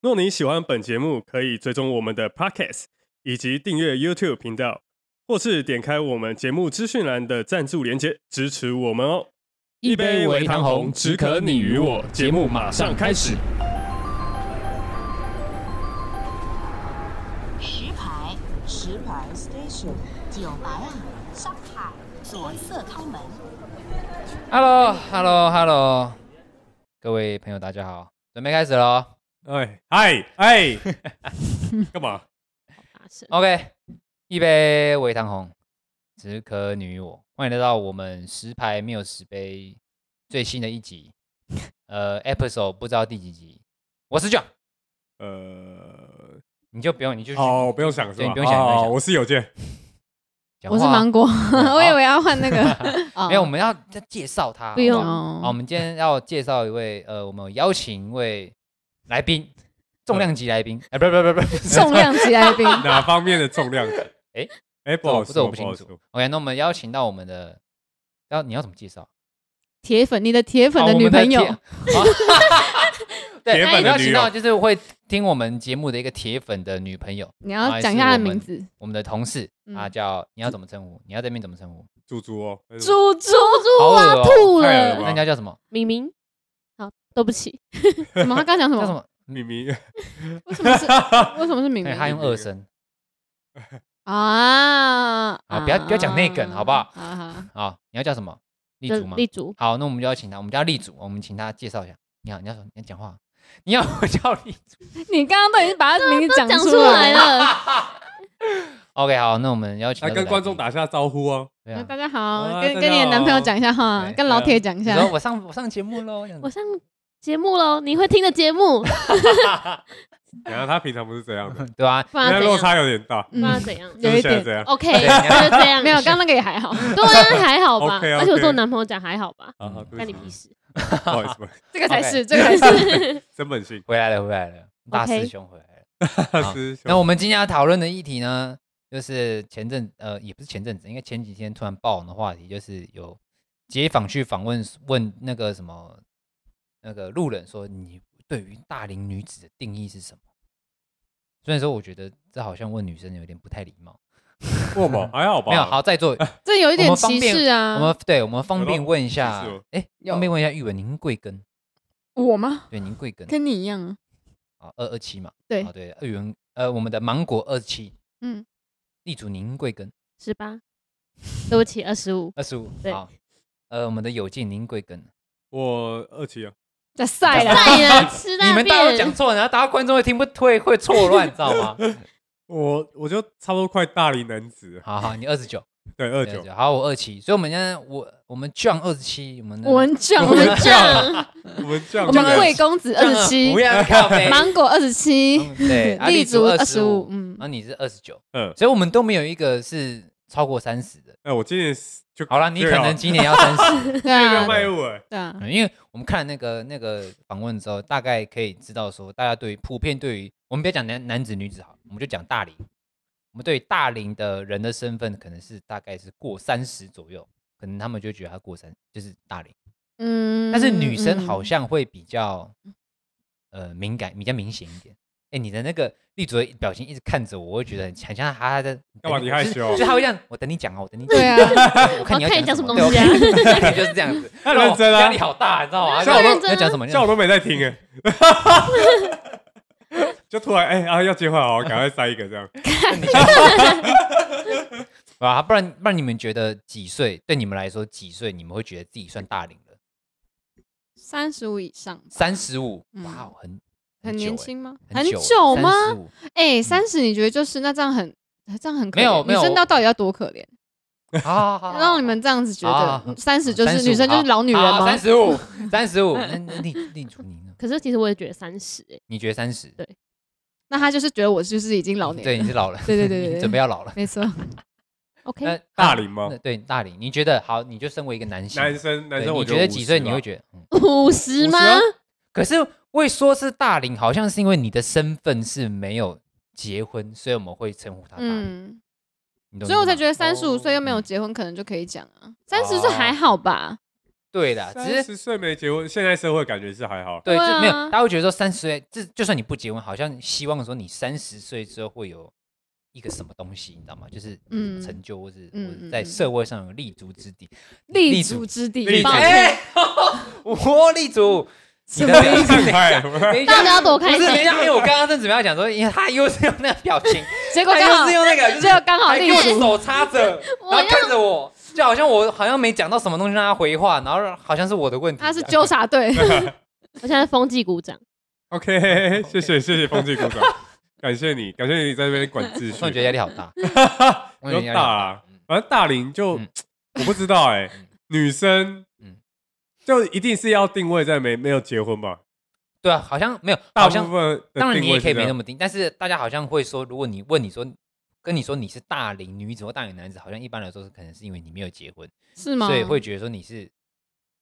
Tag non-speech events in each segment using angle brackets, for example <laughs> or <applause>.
若你喜欢本节目，可以追踪我们的 Podcast 以及订阅 YouTube 频道，或是点开我们节目资讯栏的赞助连接支持我们哦。一杯微糖红，只可你与我。节目马上开始。石牌，石牌 station，九白啊，上海，左侧开门。 Hello，Hello，Hello，各位朋友，大家好，准备开始喽。哎嗨 <laughs> 哎，干嘛？ OK，一杯微糖红，只可你与我。欢迎来到我们十排没有十杯最新的一集， <laughs> 呃，episode 不知道第几集。我是 John，呃，你就不用，你就去哦，不用想是对吧？哎你不用想不用哦想我是有健。讲我是话哦芒 <laughs> 果，好，<laughs> 我以为要换那个没有，我们要再介绍他。不用好好好，我哦。们今天要介绍一位，呃，我们有邀请一位来宾，重量级来宾，哎、不不不不，重量级来 <laughs> 宾， <laughs> 哪方面的重量？哎哎，不这好我说，这我不好清说楚。。OK，那我们邀请到我们的，要你要怎么介绍？铁粉，你的铁粉好的我女们的朋友 <laughs> 铁，好对，铁粉的你要请女友到就是会听我们节目的一个铁粉的女朋友，你还要是讲一下她的我们 <laughs> 名字，我们的同事，嗯她叫你要怎么称呼？你要这边怎么称呼？猪猪哦，哎猪猪好猪恶啊，哦吐太恶了吧了，那人家叫什么？明明，好，对不起，什么？他刚讲什 <laughs> 叫什么？么？哎咪咪，为什 <laughs> 么是为什么是明对，明她用二声啊？啊不要不要讲内梗好不好啊哈，啊。好你要叫什么？立就竹吗？立足，好，那我们就要请她，我们叫立竹，我们请她介绍一下。你好，你要说，你要讲话，啊你要 <laughs> 我叫立竹。你刚刚都已经把他名字讲出出来了。了， <laughs> OK，好，那我们邀来请到这跟个观众来打下招呼哦。宾。对啊大家啊好，大跟家跟你的男朋友讲一下哈对，啊跟老铁讲一你下。说我上我上节目喽，这样子我上节目喽，你会听的节目，然后他平常不是这样的， <laughs> 对啊，不现然在怎落样？差有点大，不然嗯，怎样 <laughs> 就有是一现在点这 <laughs> 样。 ？OK，对你要那就这样。没有，刚刚那个也还好。对啊，还好吧。 OK，OK 而且我说我男朋友讲还好哦吧，啊，对干你不屁起事。不好意思，不好意 <laughs> 思这个才 OK 是，这个才是。真本性。回来了，回来了，大师 OK 兄回来了。 <laughs> 大师兄那我们今天要讨论的议题呢，就是前阵呃，也不是前阵子，应该前几天突然爆红的话题，就是有街访去访问问那个什么那个路人说，你对于大龄女子的定义是什么？虽然说我觉得这好像问女生有点不太礼貌， <laughs> 过吗？还好吧？没有好在座，这有一我点们方歧便视啊！我们对我们方便问一有下到歧视哦，哎，有方便问一下玉文，您贵庚？我吗？对，您贵庚？跟你一样啊。啊，二二七嘛，对啊对，玉文呃，我们的芒果二七，嗯，地主您贵庚？十八，对不起，二十五。二十五。对好，呃，我们的友进您贵庚？我二期啊，在晒了，再来吃你大们大家都讲便，错，然后大家观众会听不退，会错乱，你知道 <laughs> 吗？我我就差不多快大龄男子了，好好，你二十九，对，二九， 29好，我二七，所以我们现在我我们 John 二十七，我们的嗯我 <laughs> 们讲我我们 <laughs> 们讲我们这样，我们这样贵公子 John 二十七不，要咖 <laughs> 啡，芒果二十七， <laughs> 嗯对，啊立足二二十十五啊五，，嗯然，后你是二十九，嗯，所以我们都没有一个是超过三十的。哎，我今年就好了，你可对啊能今年要三十，对这个啊，卖物哎，对啊，嗯因为我们看那个那个访问之后，大概可以知道说，大家对于普遍对于我们不要讲男男子女子好，我们就讲大龄，我们对于大龄的人的身份可能是大概是过三十左右，可能他们就觉得他过三就是大龄，嗯，但是女生好嗯，像会比较呃敏感，比较明显一点。哎、你的那个立足的表情一直看着我，我会觉得很很像他还在干嘛你害羞就是就是他会这样，我等你讲啊，我等你讲。对啊，我看你要我看讲你讲什什么么对东西啊我看你看你就是这 <laughs> 样子，太认真了啊让我压力好大，你知道吗？像我都你要讲什么？你要像我都没在听 <laughs> 哎， <laughs> 就突然哎啊要接话哦，赶快塞一个这样，啊，不然不然你们觉得几岁？对你们来说几岁？你们会觉得自己算大龄了？三十五以上，三十五，嗯哇哦，很很久年欸，轻吗？很久吗？ 35哎，三十你觉得就是那这样很这样很可没有怜，没有女生到到底要多可怜？ <laughs> 好好好，让你们这样子觉啊得，三十就是女生就是老女人吗三？十五， <laughs> 三十五，那那立立主你呢？可是其实我也觉得三十、欸，你觉得三十？那她就是觉得我就是已经老年人，对，你是老了，对对对对你对准备要老了。没错， OK，那大龄吗那对，大龄。你觉得好？你就身为一个男性，男生男对生，我你觉得50几岁你吧会觉得？嗯五十啊吗？ 50可是会说是大龄，好像是因为你的身份是没有结婚，所以我们会称呼他大龄。嗯，你懂所以我才意思吗觉得三十五岁又没嗯有哦结婚，可能就可以讲啊，三十岁还好吧？对啦，只三是十岁没结婚，现在社会感觉是还 <laughs> 好。对，对就没有，啊大家会觉得说三十岁，这就算你不结婚，好像希望说你三十岁之后会有一个什么东西，你知道吗？就是嗯成就，或是、嗯或是嗯在嗯社会上有立足之地。立立足足之立地，足抱歉，哎， <laughs> 我立足，你的什么表意情思看 <laughs> 等开一下，等一下大家躲开不是，等一谁？下，因哎为我刚刚正准备要讲说，因为他又是用那个表 <laughs> 情，结果他刚又好是用那个，就是结果刚好还立给我足手插着，然我后要看着我，就好像我好像没讲到什么东西让他回话，然后好像是我的问题一他样。是纠 <laughs> 察队，我现在风纪鼓掌， OK，谢 <laughs> 谢谢谢风纪鼓掌，感谢你，感谢你在这边管秩突然序。觉得压力好大，我有觉得压力大好啦嗯，反正大龄就嗯我不知道哎嗯，女生嗯就一定是要定位在没没有结婚吧？对啊，好像没有，大好部像分的当然你定也位可以是这没那样。么定，但是大家好像会说，如果你问你问你说跟你说你是大龄女子或大龄男子，好像一般来说是可能是因为你没有结婚，是吗？所以会觉得说你是，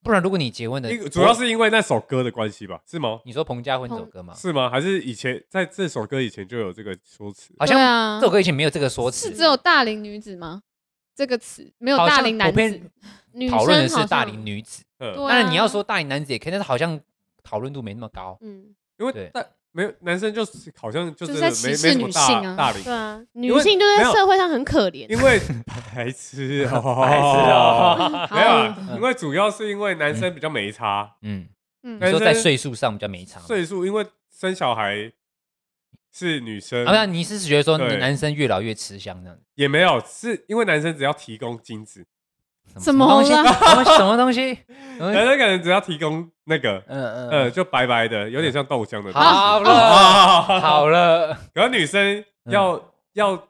不然如果你结婚的因，主要是因为那首歌的关系吧？是吗？你说彭佳慧这首彭歌吗？是吗？还是以前在这首歌以前就有这个说辞？好对像啊这首歌以前没有这个说辞，是只有大龄女子吗？这个词没有好像大龄男普子遍，女生讨论的好是像大龄，女子，嗯，对啊当然你要说大龄男子也可以，但是好像讨论度没那么高。嗯，因为对大没有男生就是好像就就是没是在没歧视什么女性大啊大龄对，啊，因女为性就在没有社会上很可怜，因为白痴哦， <laughs> 白痴 <laughs> 嗯哦没有啊，因为主要是因为男生比较没差，嗯，嗯你但，说是在岁数上比较没差吗。岁数因为生小孩是女生啊，，不然你是觉得说对男生越老越吃香这样子？也没有，是因为男生只要提供精子，怎么东西？了什么 <laughs> 东西？什么东男西生可能只要提供那个，嗯呃，嗯就白白的，有点像豆浆的东西。嗯，好了，<laughs> <laughs> 好，好了。然后女生要要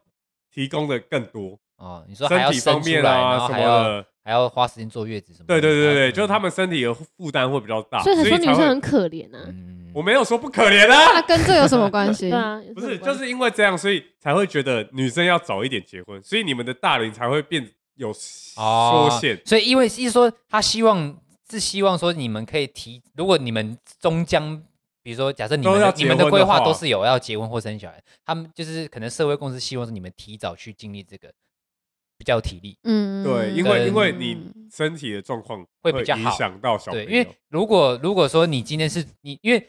提供的更多，哦，你说还身要体生方出面来，然啊后什还么要的，还要花时间坐月子什么的？对对对对，嗯就是他们身体的负担会比较大，所以才说女才生会很。可怜啊，嗯我没有说不可怜啊， <laughs> 那跟这有什么关系 <laughs> 对？啊，有不什么是，关就系是因为这样，所以才会觉得女生要早一点结婚，所以你们的大龄才会变有缩哦限。，所以因为意思说他希望是希望说你们可以提，如果你们终将。比如说，假设你们都要的结你婚们的规划的话都是有要结婚或生小孩，他们就是可能社会公司希望是你们提早去经历这个，比较有体力，嗯，对，因嗯为因为你身体的状况会比会较好影响到小朋对，友，因为如果如果说你今天是你，因为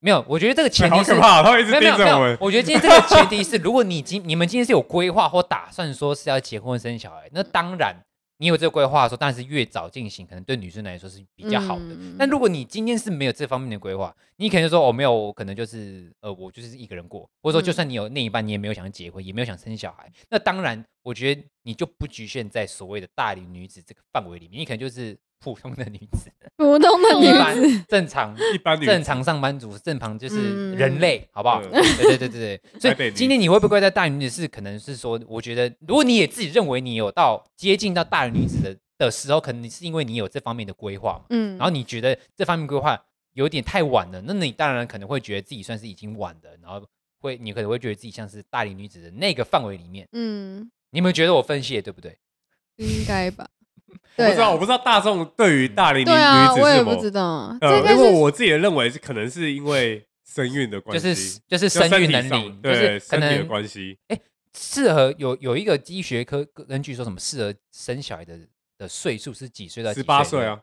没有，我觉得这个哎前好提是可怕，他会一直没盯有没有没着我有们，。我觉得今天这个前提是，如果你今你们今天是有规划或打算说是要结婚生小孩，那当然你有这个规划的时候，当然是越早进行，可能对女生来说是比较好的。嗯但如果你今天是没有这方面的规划，你可能就说哦没有，我可能就是呃我就是一个人过，或者嗯说就算你有另一半，你也没有想要结婚，也没有想生小孩，那当然我觉得你就不局限在所谓的大龄女子这个范围里面，你可能就是普通的女子，普通的女一子，般正常一般女正常上班族，正常就是嗯人类，好不好？嗯对对对对 <laughs> 对，所台北以女今天你会不会怪在大龄女子？是可能是说，我觉得如果你也自己认为你有到接近到大龄女子的的时候，可能你是因为你有这方面的规划嘛，嗯然后你觉得这方面规划有点太晚了，那你当然可能会觉得自己算是已经晚了，然后会你可能会觉得自己像是大龄女子的那个范围里面。嗯，你们觉得我分析的对不对？应该 <laughs> 吧？我不对啊知道，我不知道大众对于大龄女对啊，女我子是也什不知么。道嗯啊，呃这应该因为是我自己的认为是可能是因为生育的关就系，是就是就生育体能上力，就对是可身体的能关系。适合有有一个医学科根据说什么适合生小孩的的岁数是几岁到几十八岁啊，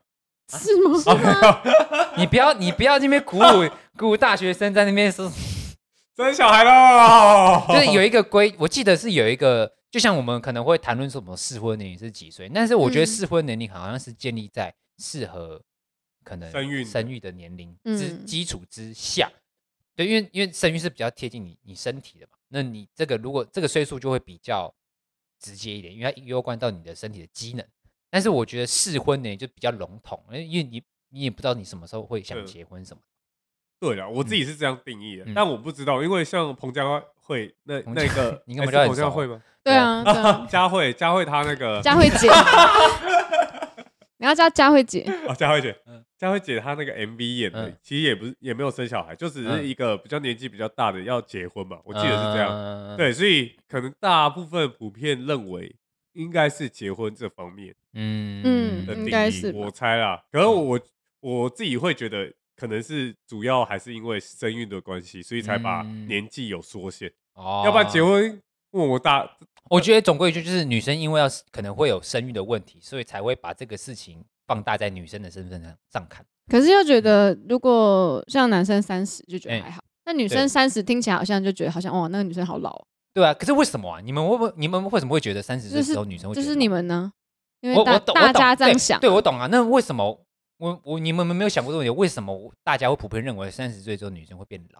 是吗？啊 <laughs> 没有，你不要你不要那边鼓舞鼓舞大学生在那边说， <laughs> 生小孩喽， <laughs> 就是有一个规，我记得是有一个，就像我们可能会谈论说什么适婚年龄是几岁，但是我觉得嗯适婚年龄好像是建立在适合可能生育的生育的年龄之嗯基础之下，对，因为因为生育是比较贴近你你身体的嘛，那你这个如果这个岁数就会比较直接一点，因为它攸关到你的身体的机能。但是我觉得适婚年龄就比较笼统，因为因为你你也不知道你什么时候会想对结婚什么。啊对了，我自己是这样定义的，嗯但我不知道，因为像彭佳会那我们那个 <laughs> 你跟我们哎是就很这熟会吗？对啊，对啊，佳慧，佳慧她那个佳慧姐，你要叫佳慧姐，哦，佳慧姐嗯，佳慧姐她那个 MV 演的嗯，其实也不是也没有生小孩，就只是嗯一个比较年纪比较大的要结婚嘛，我记得是这样。样，对，所以可能大部分普遍认为应该是结婚这方面嗯的嗯定应义该是，吧我猜啦。可是我我自己会觉得，可能是主要还是因为生育的关系，所以才把嗯年纪有缩限，哦要不然结婚。问我大我觉得总归一句就是，女生因为要可能会有生育的问题，所以才会把这个事情放大在女生的身份上上看。可是又觉得如果像男生三十就觉得还好，那女哎对生三十听起来好像就觉得好像哇，那个女生好老哦，对啊，可是为什么啊？你们会不会？你们为什么会觉得三十岁就的是时候女生会觉就得是你老们呢？因我为我大懂大我懂家这对样想，对我懂啊。那为什么我我你们没有想过这个问题？为什么大家会普遍认为三十岁之后女生会变老？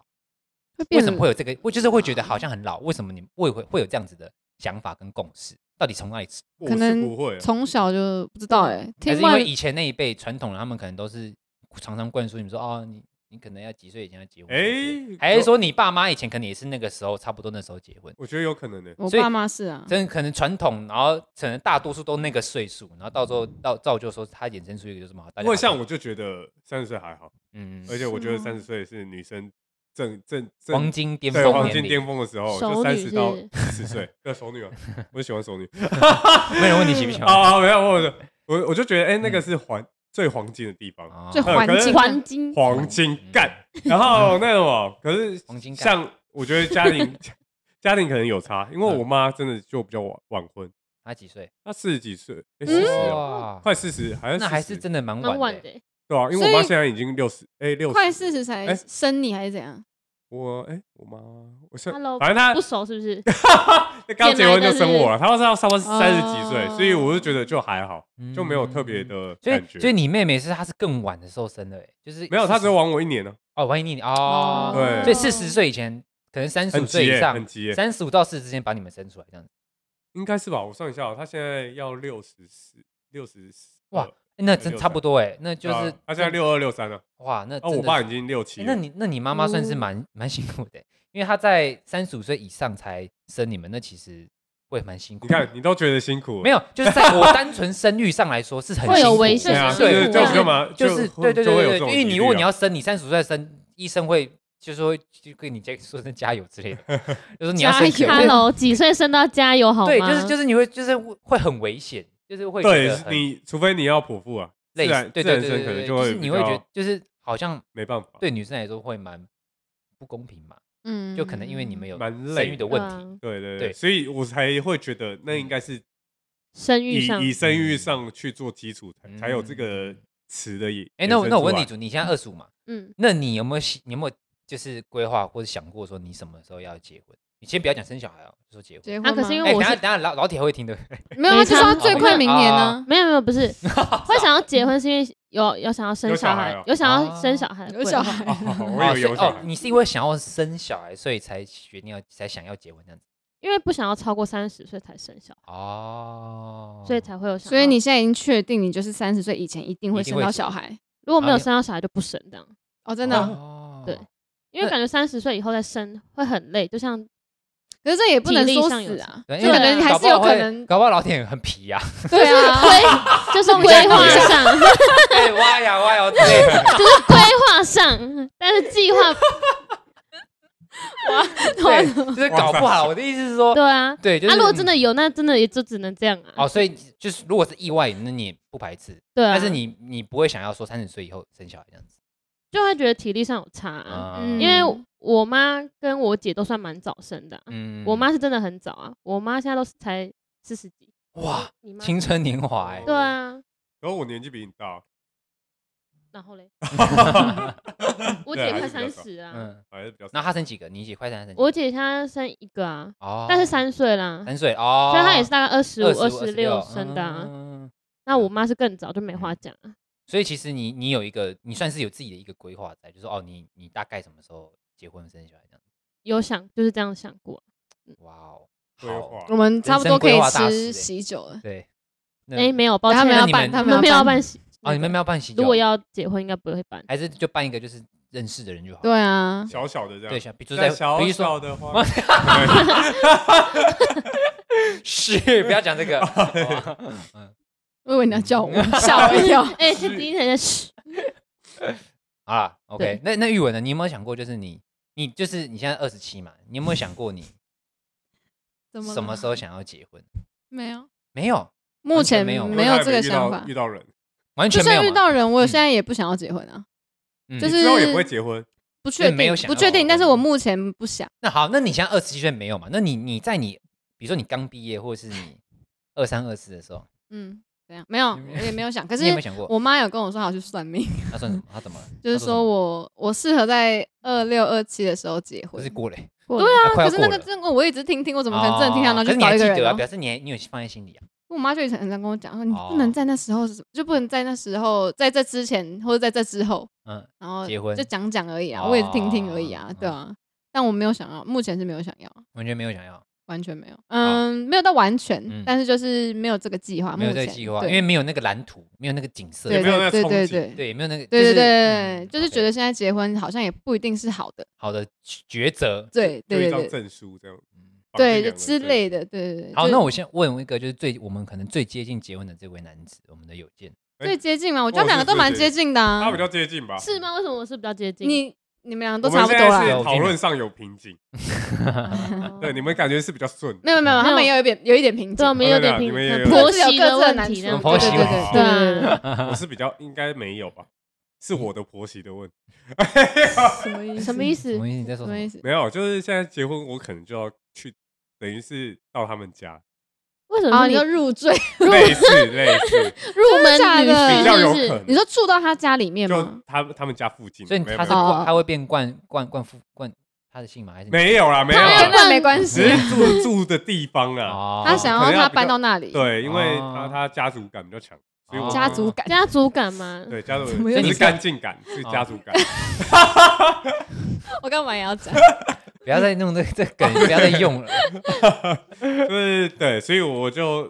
为会变啊什么会有这个？我就是会觉得好像很老。为什么你们会会会有这样子的想法跟共识？到底从哪里吃？我可是能不会啊，从小就不知道哎，还听是因外为以前那一辈传统人，他们可能都是常常灌输你们说哦，你你可能要几岁以前要结婚？哎还是说你爸妈以前可能也是那个时候，差不多那时候结婚？我觉得有可能呢。我所以爸妈是啊，真的可能传统，然后可能大多数都那个岁数，然后到时候到造就说他衍生出一个就是什么？嗯不大家好过像我就觉得三十岁还好，嗯而且我觉得是吗三十岁是女生正正正黄金巅对峰黄年金龄巅峰的时候，就熟三女十是到四十岁。对，熟女啊，我喜欢熟女没人问你喜 <laughs> 不喜 <laughs> 欢嗯啊，啊没有，我我我就觉得，哎，那个是黄最黄金的地方，啊最好环哎可是境黄金黄金干。然后那什 <laughs> 么，可是黄金干像我觉得家庭 <laughs> 家家庭可能有差，因为嗯我妈真的就比较晚晚婚，他几岁？她四十几岁，哎四十啊 <laughs> 哇，快四十，好像嗯哦那还40是真的蛮蛮晚晚的欸。的，对啊，因为我所以妈现在已经六十，哎六快四十才哎生你还是怎样？我哎、我妈，我是 Hello，反正她不熟是不是？她刚结婚就生我了，她是要差不多哦三十几岁，所以我就觉得就还好，嗯就没有特别的所感觉。以所以你妹妹是她是更晚的时候生的欸，就是没有，她只有40晚我一年呢、啊哦，万一你哦，对所以四十岁以前可能三十很五急岁耶、以上很，急耶、三十五到四十之间把你们生出来这样子。应该是吧？我算一下哦，她现在要六十四，六十哇欸那真六差不多哎，那就对是啊她现在六二六三了，哇，那哦，呃真我的爸是已经六七欸了，那你那你妈妈算是哦蛮蛮辛苦的欸，因为她在三十五岁以上才生你们，那其实会蛮辛苦你的。看你都觉得辛苦了，没有，就是在我单纯生育上来说是很会有辛苦危的险对啊，是就是对辛苦就啊是干嘛？就是对对就会对有这对种对，因为疑你虑如果你啊要生，你三十岁生，医生会就说就跟你加说声加油之类 <laughs> 的，就是 <laughs> 你要生加油对 Hello，几岁生到加油好吗？对，就是就是是你会就是会很危险，就是会觉对得很你，除非你要剖腹啊，自类似然对自对然对生对可对，能就是会比你会觉较得就是好像没办法，对女生来说会蛮不公平嘛，嗯，就可能因为你们有蛮生累育的问题，嗯对对对嗯对，所以我才会觉得那应该是生育以上以生育上去做基础，才才有这个嗯词的也。哎，那我那我问衍你生出主，你现在二十五嘛？嗯，那你有没有想你有没有就是规划或者想过说你什么时候要结婚？你先不要讲生小孩哦，就说结婚。结啊婚可是因吗哎，等为我一下是等一下老老铁会听 <laughs> 的，没有，啊他就说他没最快明年呢，没有没有 <laughs> 不是会想要结婚是因为有有想要生有小小孩孩哦，有想哦要生小孩的啊有规小划，孩来。 <laughs> 哦，我以为有所以小哦，孩，你是因为想要生小孩，所以才决定要才想要结婚这样子因为不想要超过三十岁才生小孩，哦，所以才会有想要。所以你现在已经确定，你就是三十岁以前一定会一定生会到生小孩如果没啊有你生到小孩就不生这样，哦，真的哦。哦对因为那感觉三十岁以后再生会很累，就像可是这也不能体力说上有死差啊，对就因为可能还搞是不好有可会能，搞不好老铁很皮呀，对啊，规就是规划上， <laughs> 哎，挖呀挖呀之 <laughs> 类的，就是规划上， <laughs> 但是计划对，就是搞不好。我的意思是说，对啊。对，就是嗯啊，如果真的有，那真的也就只能这样啊。哦，所以就是如果是意外，那你也不排斥，对啊，但是你你不会想要说三十岁以后生小孩这样子就会觉得体力上有差啊、啊嗯因为我妈跟我姐都算蛮早生的啊、嗯我妈是真的很早啊，我妈现在都是才四十几。哇，你妈？青春年华哎，对啊，然后我年纪比你大，然后嘞，我对啊还是比姐快较三少十啦、嗯，还是比较少。那她生几个？你姐快生生几个？啊我姐现在生一个啊，哦，但是三岁啦，三岁哦，所以她也是大概二十五、 25二十六生的、啊。嗯那我妈是更早，就没话讲啊、所以其实你你有一个，你算是有自己的一个规划在，就是说哦，你你大概什么时候结婚生小孩这样有想就是这样想过。子？哇哦，规好，划我们差不多可以人生规划大师欸吃喜酒了。对，那哎、没有，抱他歉，们那要你办，们他你们们没有要要办办喜哦，你们没有办喜酒，如果要结婚，应该不会办。还是就办一个，就是认识的人就好。对啊，小小的这样，对，像比如说但在，小比如小说的话我，是不要讲 <laughs> 这个，我以为你要叫我， <laughs> 吓我一跳。哎， <laughs> 这第一天是好啦 o k 对那那玉文呢？你有没有想过，就是你，你就是你现在二十七嘛，你有没有想过你 <laughs> 怎么了什么时候想要结婚？没有？没有，目前 <laughs> 没有因为没他有也这个遇到想法遇。到人，完就全没有算嘛。遇到人，我嗯现在也不想要结婚啊，嗯就之后也不会是结婚，不确就没有定想，不要确定。哦但是我目前不想，那好，那你现在二十七岁没有嘛？那你你在你比如说你刚毕业，或者是你二三二四的时候，嗯，怎样？没有，我也没有想。可是你有没有想过？我妈有跟我说，好去算命，他算什么？他怎么了？就是他什么说我我适合在二六二七的时候结不婚是。过嘞，对对啊，快要可是那过个了真的我一直听听，我怎么可能真的听到？然后哦可就是你找还一记个人得啊，哦。表示你还你有放在心里啊。我妈就以前很常跟我讲说，你哦不能在那时候是什么，就不能在那时候，在这之前或者在这之后，嗯，然后结婚就讲讲而已啊，哦我也是听听而已啊嗯，对啊。但我没有想要，目前是没有想要，完全没有想要，完全没有，嗯，没有到完全嗯，但是就是没有这个计划，没有啊目这个前计划，对因为没有那个蓝图，没有那个景色，对没有那对个对憧对憬对对，没有那个，对对就是对，嗯就是觉得现在结婚好像也不一定是好的，好的抉择。嗯对就一对张对对证书这样，绑定对，就两个之人。类的，对对对。好，就那我先问一个，就是最我们可能最接近结婚的这位男子，我们的友健，最接近嘛，我觉得我两个是都蛮最接接近的啊他比。较接近吧？是吗？为什么我是比较接近？你你们两个我都们差不现多在啦。嗯是讨论上有瓶颈， <laughs> 哦对，你们感觉是比较顺， <laughs> 没有没有，他没们也有有一点有一点瓶对，我颈，们有点哦对平对你们也有婆媳的问题，各自有各自的难处对对对对我是比较应该没有吧？是嗯我的婆媳的问题，什么意对，什么意思什？么意思？你在说什什么么意？思？没有，就是现在结婚，我可能就要去，等于是到他们家，为什啊，么你是说入赘，类 <laughs> 似类似，入门女比真较婿有是不可是？你能，说住到他家里面就吗？他他们家附近，所以没有他是没有哦冠他会变冠冠冠夫冠他的姓吗？还是没有啦，没有他哎啦，那没关系只，是住住的地方啊，哦他想可要能要他比搬较到那里，对，因为他哦他家族感比较强，所以我家族感。家族感吗？对家族怎么不又是这样干净感，是哦家族感，我干嘛也要讲？不要再弄这这梗，不要再用 <laughs> 了。 <laughs> 就是对，所以我就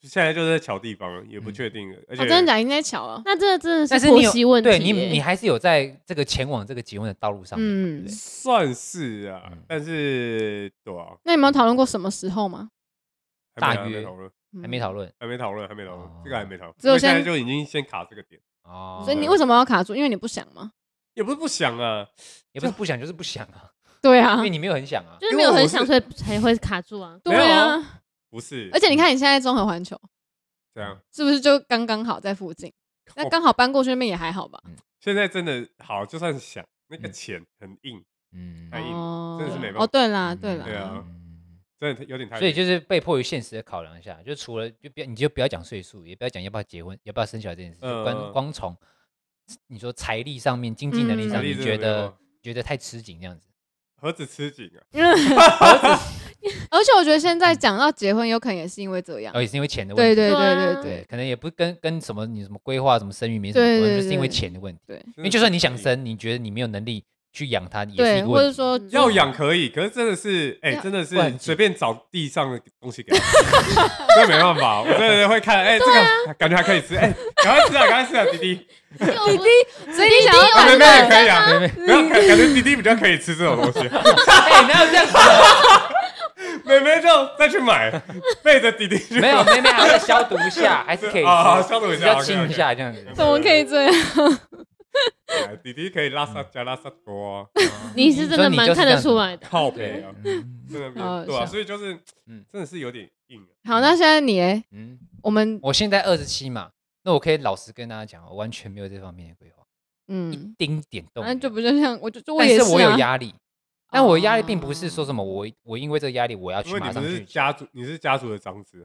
现在就在瞧地方，也不确定，嗯而我哦且真的讲，应该巧了。那这真的但是是你婆有媳问题对耶，你你还是有在这个前往这个结婚的道路上面嘛，对嗯不对？算是啊嗯，但是对啊，那你们有讨论过什么时候吗？还没大还没约讨论，嗯还没讨论还没讨论，还没讨论哦，这个还没讨论，只有因为现在先就已经先卡这个点，哦，所以嗯你为什么要卡住？因为你不想吗？也不是不想啊，也不是不想，就是不想 <laughs> 啊，对啊因为，你没有很想啊。就是没有因为我很是想，所以才会卡住啊。对没有啊啊。不是，而且你看，你现在综合环球这样，是不是就刚刚好在附近？那刚好搬过去那边也还好吧？现在真的好，就算想那个嗯钱很硬，嗯哎哦真的是没办法哦，对啦，对对啊啦，嗯真的有点太硬，所以就是被迫于现实的考量下，就除了就不要你就不要讲岁数，也不要讲要不要结婚，要不要生小孩这件事，就嗯光光从你说财力上面、经济能力嗯财上，力你真的觉没有得啊觉得太吃紧这样子。何止吃紧啊，而且我觉得现在讲到结婚，有可能也是因为这样哦，。也是因为钱的问对题。嗯对对对啊对对对，可能也不跟跟什么你什么规划、什么生育没什么对关对系，就是因为对钱的问题。对因因为就算你想，生，你觉得你没有能力去养它，也是一对，个或者问题。<laughs> 说嗯要养可以，可是真的是，哎、要真的是不然你随便找地上的东西给他吃，这没办法，我真的会看，哎、这个感觉还可以吃，哎、赶快吃啊，赶快吃啊，弟弟，弟哦所以你想要啊，妹买妹也的，可以啊，没有感感觉弟弟比较可以吃这种东西， <laughs> 哎，哪有这样子的？妹妹就再去买，背着弟弟去没有，妹 <laughs> 妹还在消毒一下，还是可以吃啊好消毒一下只要 OK，OK 清一下这样子。怎么可以这样？买，弟弟可以拉嗯萨加拉萨多、啊，哦你是真的蛮看得出来的。靠背啊，嗯真的没好有对啊，笑所以就是，嗯真的是有点硬、啊，好，那现在你诶，嗯，我们我现在二十七嘛，那我可以老实跟大家讲，我完全没有这方面的规划，一嗯，丁点动反没有。正就不就像我就就我但也是啊我有压力，但我的压力并不是说什么我我因为这个压力我要因去为马你上们是去。家族，你是家族的长子，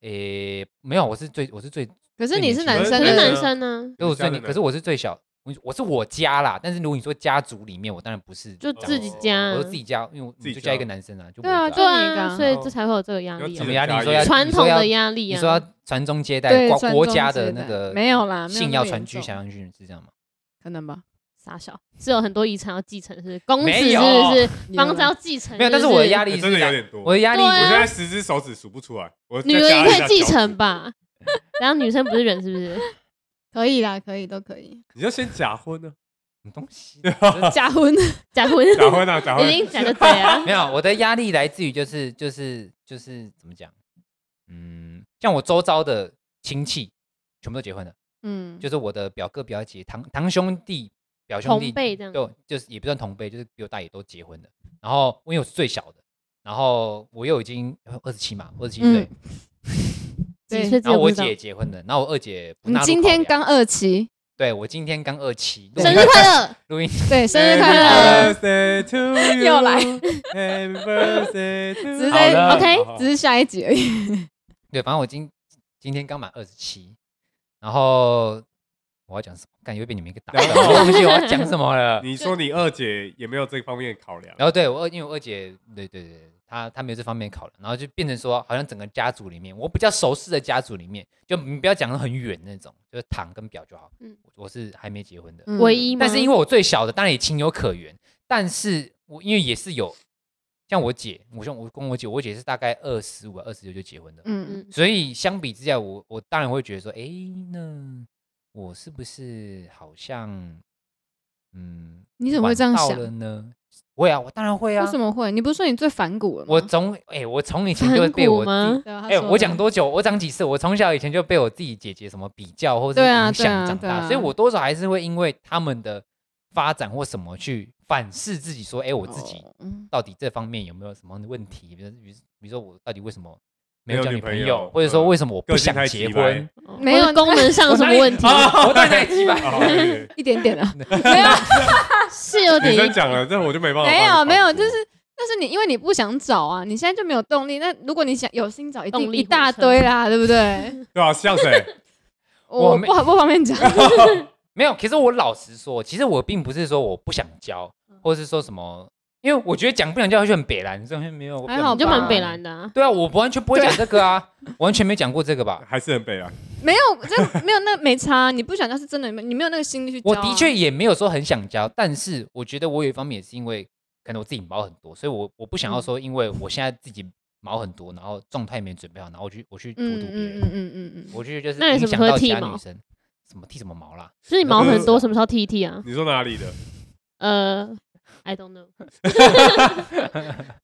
诶，没有，我是最我是最，可是你是男生对啊可你是们男的，生呢，可是我家最的可是我是最小，我我是我家啦。但是如果你说家族里面，我当然不是就长自己子家，我是自己家，因为我我自己就加一个家男生啊，就对我啊一个对就你一个啊，啊所以这才会有这个压力要什记啊么得，家压力？你说业要传你说统要的压力你啊。说要传宗接代，对国传国宗家接的代那个没有啦没有姓那要么传严去重想要去是这样吗？可能吧？傻小，是有很多遗产要继承，是不是公子没是有不是有房子要继嗯承？没有，但是不我的压力哎是真的有来点多，我的压力对我现啊在十只手指数不出来，我女再人也加一可下以继脚趾承吧？然后女生不是人是不是？ <laughs> 可以啦，可以都可以。你就先假婚呢、啊么东西？ <laughs> 假婚，假婚， <laughs> 假婚啊，假婚已，经假的 <laughs> 对 <laughs> 啊，没有，我的压力来自于就是就是就是怎么讲？嗯，像我周遭的亲戚全部都结婚了，嗯，就是我的表哥、表姐、堂堂兄弟、表兄同弟，辈这样就就是也不算同辈，就是比我大也都结婚了。然后因为我是最小的，然后我又已经二十七嘛，二十七嗯岁，几对岁只然有后我不知道姐也结婚了，然后我二姐不你纳入今考天量刚二期，对我今天刚二七，录生音日快乐，录音 <laughs> 对，生哎日快乐！ Happy birthday to you，又来 Happy birthday to 只是在好的 OK 好只是下一集而已。对，反正我今今天刚满二十七，然后我要讲什么？感觉被你们一个打断，我忘记我要讲什么了。你说你二姐也没有这方面考 <laughs> 量，啊然后对我二，因为我二姐，对对对，她她没有这方面考量，然后就变成说，好像整个家族里面，我比较熟识的家族里面，就你不要讲的很远那种，就是堂跟表就好。嗯嗯，我是还没结婚的，嗯唯一吗？但是因为我最小的，当然也情有可原，但是我因为也是有，像我姐，我像我跟我姐，我姐是大概二十五、二十六就结婚的，嗯，嗯，所以相比之下，我我当然会觉得说，哎，那我是不是好像，嗯，你怎么会晚这样到想了呢？会啊，我当然会啊为。什么会？你不是说你最反骨了吗？我从哎，我从以前就反被骨我自己吗？对啊，他哎，说我讲的多久？我长几次？我从小以前就被我自己姐姐什么比较或者对啊影对响啊长对大，所以啊我多少还是会因为他们的发展或什么去反思自己，说，哎，我自己哦嗯到底这方面有没有什么问题？比如，比如比如说我到底为什么没没有有交女女朋朋友友，或者说嗯为什么我不个性想太结急婚？哦没有或者功能上有我什哪么里问题？啊我对太鸡 <laughs> 巴。哦好对一点 <laughs> 点啊，是有女点生讲了，这我就没办法帮没你反有驳。没有，就是但是你因为你不想找啊，你现在就没有动力。那如果你想有心找，一定动力一大火车堆啦，对不 <laughs> 对？对啊，像谁？我没不好 <laughs> 不方便讲，没有，其实我老实说，其实我并不是说我不想交，嗯或者是说什么，因为我觉得讲不想交就很北蓝，这没有还好你就吧蛮北蓝的啊。对啊，我完全不会讲这个啊，完全没讲过这个吧。还是很北啊。没有这没有那没差，你不想交是真的，你没有那个心力去交我啊。的确也没有说很想交，但是我觉得我有一方面也是因为可能我自己毛很多，所以我我不想要说，因为我现在自己毛很多，然后状态没准备好，然后我去我去荼嗯毒别嗯嗯人，嗯嗯嗯嗯，我觉得就是那影你什么响时候到其剃他女毛生。什么剃什么毛啦？就是你毛很多，什么时候剃一剃啊？你说哪里的？呃，I don't know，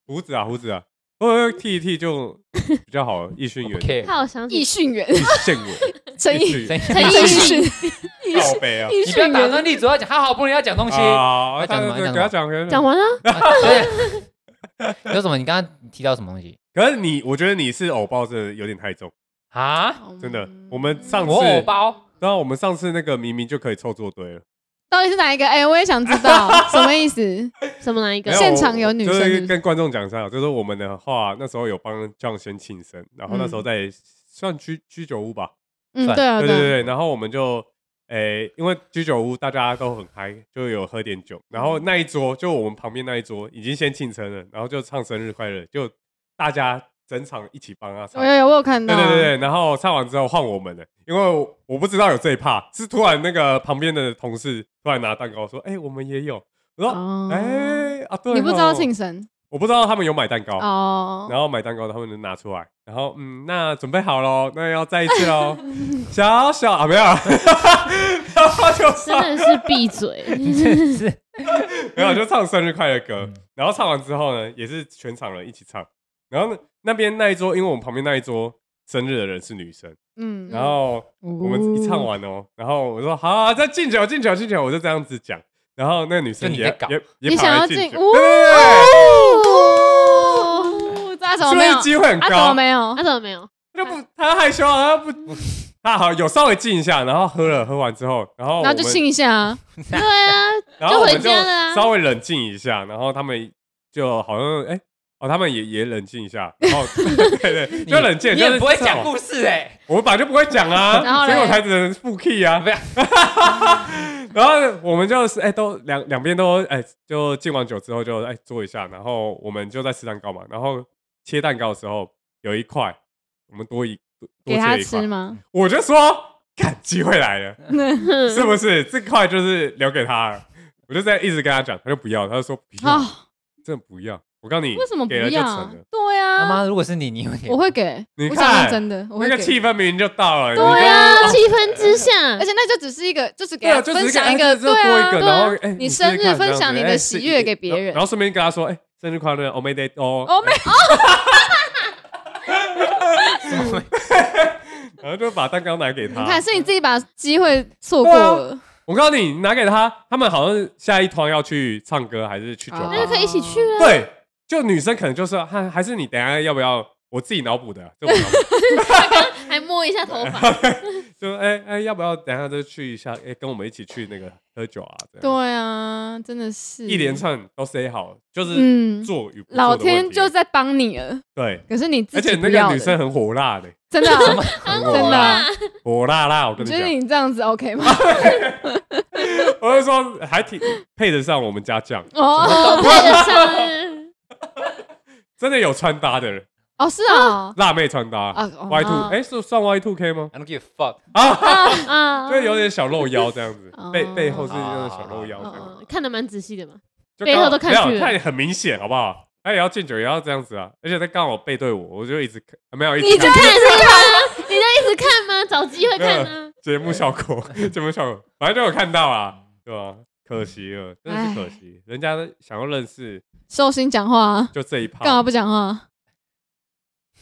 胡子啊，胡子啊，我剃一剃就比较好，易迅不元、 care，他好想易起训员 <laughs> 易迅元、陈易奕迅怎 <laughs> 元样陈陈奕奕迅迅靠北啊！易 <laughs> 你不要训打员断立主要讲，他好不容易要讲东西。啊，要讲什么他要给他讲讲可能讲完了，啊对，有什么？你刚刚提到什么东西可是你，我觉得你是偶包，真的有点太重，啊？真的。嗯我们上次我，偶包， <laughs> 然后我们上次那个明明就可以凑作堆了，到底是哪一个？哎，我也想知道什么意思。什么哪一个没？有现场有女生就是是不是跟观众讲一下，就是我们的话，那时候有帮酱先庆生，然后那时候在算居居酒屋吧，嗯，算对啊，对啊对对，然后我们就。诶、因为居酒屋大家都很嗨，就有喝点酒，然后那一桌就我们旁边那一桌已经先庆生了，然后就唱生日快乐，就大家整场一起帮他唱我。有有我有看到 <laughs> 对啊，对对对，然后唱完之后换我们了，因为我我不知道有这一趴，是突然那个旁边的同事突然拿蛋糕说：“哎、我们也有。”我说：“哦哎、啊，对，你不知道庆，神我不知道他们有买蛋糕，哦，然后买蛋糕他们能拿出来，然后嗯，那准备好喽，那要再一次 <laughs> 喽，小小啊没有啊，然后就真唱的是闭嘴，是 <laughs> 没有就唱生日快乐歌，然后唱完之后呢，也是全场人一起唱，然后呢那边那一桌，因为我们旁边那一桌生日的人是女生，嗯，然后。我我们一唱完哦，然后我说好、啊，再敬酒敬酒敬酒，我就这样子讲。然后那个女生就你也在搞也也你想跑来要敬进酒，哦对对哦，这怎么没对，有所以？机会很啊，怎么高。没有他？怎么没有？他就不，他害羞啊，他不，他好有稍微敬一下，然后喝了，喝完之后，然后然后就我们亲一下啊，对啊，然后我们就回家了啊稍微冷静一下，然后他们就好像哎。哦，他们也也冷静一下，然后对对，就冷静，你就是很不会至少讲故事哎。我们本来就不会讲啊， <laughs> 然后所嘞以我才只能复 key 啊不要。 <laughs> 然后我们就是哎、都两两边都哎、就敬完酒之后就哎、坐一下，然后我们就在吃蛋糕嘛。然后切蛋糕的时候有一块，我们多一多给多他切一块 <laughs> 吃，吗？我就说，看机会来了，是不是？这块就是留给他了。我就在一直跟他讲，他就不要，他就说不要，啊，真的不要。我告诉你，为什么不给了就要成了？。对妈啊，妈，如果是你，你会给我会给，你我想看到真的，那我会个给。气氛明明就到了，你对刚啊，刚气氛 <laughs> 之下而，且那就只是一个，就只给对啊，他就只分是给享哎一个，这这多对一啊，个，对然后啊哎，，你试试生日看分这样享子你哎的是喜悦给别人然后顺便跟他说，哎，生日快乐，Oh my day，哦哦没 <laughs> <laughs> 然后就把蛋糕拿给他。你看，是你自己把机会错过了，我告诉你，拿给他，他们好像下一团要去唱歌还是去酒吧啊那就可以一起去啊。对，就女生可能就是，还还是你等一下要不要？我自己脑补的，就 <laughs> 我脑补还摸一下头发，就哎哎、要不要等一下就去一下？哎、跟我们一起去那个喝酒啊？这样对啊，真的是一连，串都 say 好，就是嗯，做与不做的老问题天就在帮你了，对，可是你自而且那己不个要女生的，很火辣的，真 <laughs> 的啊， <laughs> 很真的啊，火辣辣，我你跟你讲，觉得你这样子 <laughs> OK 吗？我就说还挺配得上我们家酱，哦都配得上。真的有穿搭的人，哦，是 <laughs> 啊，辣妹穿搭啊哦，Y two，啊哎，是算 Y two K 吗？ I don't give a fuck。啊就有点小露腰这样子哦，背背后是那种小露腰这样子。嗯看得蛮仔细的嘛。哦就背刚后好都看没有去了他也很明显，好不好？哎他也要敬酒，也要这样子啊！而且他刚好背对我，我就一直看，啊没有一你直就看看是吗？你在一直看吗？找机会看啊。节目效果， <laughs> 节目效果，反正就有看到啊，对吧、可惜了，真的是可惜，人家想要认识寿星讲话啊，就这一趴，干嘛不讲话？